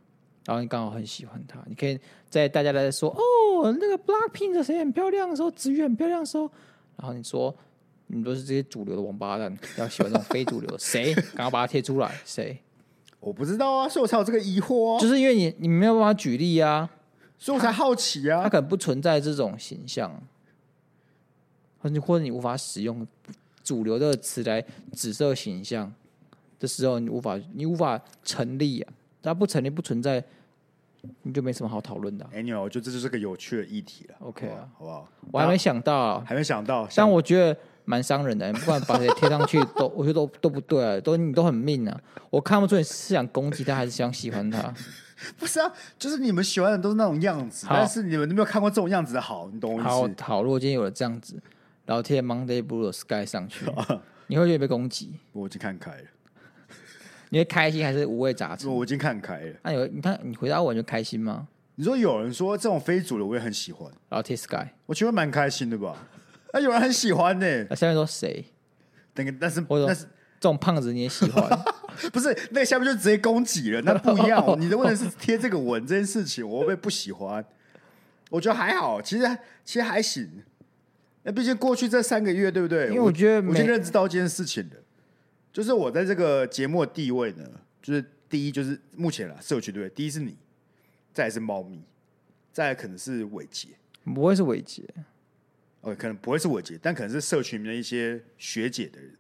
B: 然后你刚好很喜欢他，你可以在大家来说哦，那个 Blackpink 的谁很漂亮的时候，子瑜很漂亮的时候，然后你说你们都是这些主流的王八蛋，要喜欢那种非主流的，谁？ 赶快把它贴出来，谁？
A: 我不知道啊，所以我才有这个疑惑啊，
B: 就是因为你你没有办法举例啊，
A: 所以我才好奇
B: 他
A: 啊。
B: 可能不存在这种形象，或者或者你无法使用主流的词来指涉形象的时候，你无法你无法成立啊，它不成立不存在，你就没什么好讨论的啊、
A: Anyway，我觉得这就是个有趣的议题了。
B: OK 啊
A: 好不好，好不好？
B: 我还没想到、啊，
A: 还没想到，
B: 但
A: 像
B: 我觉得蛮伤人的，欸你不管把谁贴上去都，我觉得都都不对啊，都你都很命啊，我看不出你是想攻击他还是想喜欢他。
A: 不是啊，就是你们喜欢的都是那种样子，
B: 好
A: 但是你们都没有看过这种样子的好，你懂我
B: 好
A: 意思？
B: 好，如果今天有了这样子，然后贴 Monday Blue 的 Sky 上去，你会觉得被攻击，
A: 我已经看开了，
B: 你会开心还是五味杂陈？
A: 我已经看开了。
B: 那、你会你看你回答我你就开心吗？
A: 你说有人说这种非主流我也很喜欢，
B: 然后贴 Sky，
A: 我觉得蛮开心的吧？啊，有人很喜欢呢、
B: 那下面说谁？
A: 那个但是
B: 或者
A: 但
B: 说
A: 是
B: 这种胖子你也喜 欢？
A: 不是那个下面就直接攻击了，那不一样。你的问题是贴这个文这件事情，我会不会不喜欢？我觉得还好，其实其实还行。那毕竟过去这三个月，对不对？
B: 因为我觉得
A: 我已经
B: 每
A: 认知到一件事情了，就是我在这个节目的地位呢，就是第一就是目前啦，社区对不对？第一是你，再来是猫咪，再来可能是伟杰，
B: 不会是伟杰
A: OK，可能不会是我姐，但可能是社群里面的一些学姐的人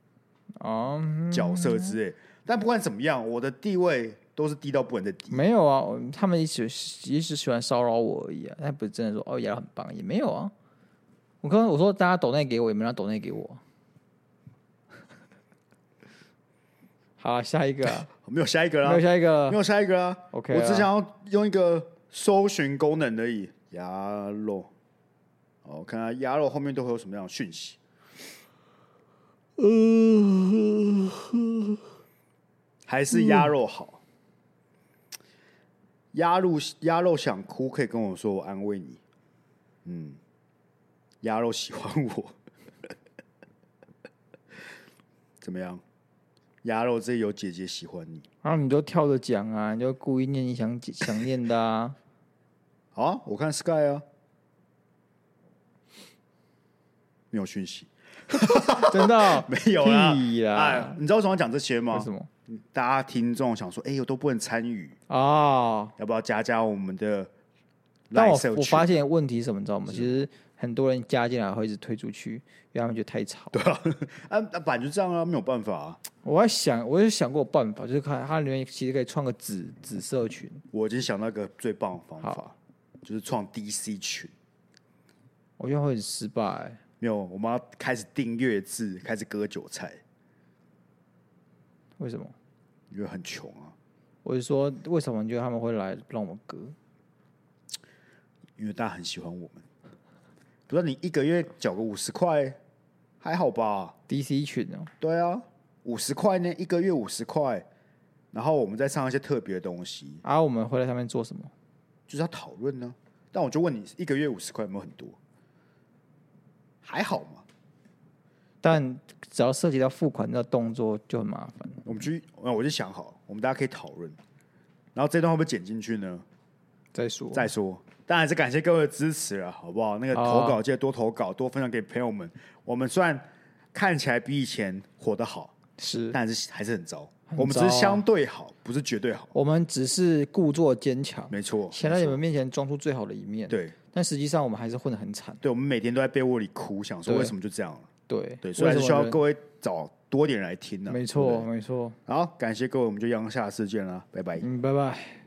B: 哦，嗯
A: 角色之类。但不管怎么样，我的地位都是低到不能再低。
B: 没有啊，我他们一直一直喜欢骚扰我而已啊，他不是真的说哦，雅很棒，也没有啊。我刚刚我说大家抖内给我，也没人抖内给我 啊。好啊、下一个啊、
A: 没有下一个啦
B: 没有，下一个啊
A: 没有下一个啦。
B: OK
A: 我只
B: 啊
A: 想要用一个搜寻功能而已。鸭肉，哦，我看看鸭肉后面都会有什么样的讯息。还
B: 嗯
A: 是鸭肉好。鸭肉鸭肉想哭，可以跟我说，我安慰你。嗯，鸭肉喜欢我， 怎么样？鸭肉这有姐姐喜欢你。
B: 然后你就跳着讲啊，你就故意念你想想念的啊。
A: 好啊，我看 Sky 啊，没有讯 息，
B: 真的哦、
A: 没有啦。
B: 屁啦
A: 哎，你知道为什么要讲这些
B: 为
A: 吗？
B: 什么
A: 大家听众想说，哎、我都不能参与，
B: 哦？
A: 要不要加加我们的
B: 但
A: Line
B: 我
A: 社
B: 我
A: 群？
B: 发现问题是什么，你知道吗？其实很多人加进来会一直推出去，因为他们觉得太吵。
A: 啊，啊反正就这样啊，没有办法、啊，
B: 我在想，我有想过办法，就是看它里面其实可以创个紫紫社群，
A: 我已经想到一个最棒的方法
B: 好，
A: 就是创 DC 群。
B: 我觉得会很失败、
A: 没有，我们要开始订阅制，开始割韭菜，
B: 为什么？
A: 因为很穷啊，
B: 我是说，为什么你觉得他们会来让我们割？
A: 因为大家很喜欢我们。不是你一个月缴个五十块，还好吧？
B: DC 群哦、
A: 对啊，五十块呢，一个月五十块，然后我们再上一些特别的东西，
B: 啊，我们会在上面做什么？
A: 就是要讨论呢。但我就问你，一个月五十块有没有很多？还好嘛，
B: 但只要涉及到付款那个动作就很麻烦。
A: 我们去，呃我就想好，我们大家可以讨论。然后这段会不会剪进去呢？
B: 再说，
A: 再说，当然是感谢各位的支持了，好不好？那个投稿记得多投稿，
B: 啊
A: 多分享给朋友们。我们虽然看起来比以前火得好，
B: 是
A: 但是还是很糟。
B: 很
A: 我们只是
B: 糟啊
A: 相对好，不是绝对好。
B: 我们只是故作坚强，
A: 哦没错，
B: 想在你们面前装出最好的一面，
A: 对
B: 但实际上我们还是混得很惨。
A: 对，我们每天都在被窝里哭，想说
B: 对
A: 为什么就这样了。
B: 对
A: 对，所以还是需要各
B: 位。
A: 位找多点来听呢、
B: 没
A: 对
B: 错，
A: 不对。
B: 没错。
A: 好，感谢各位，我们就央下次见啦，拜拜。
B: 嗯，拜拜。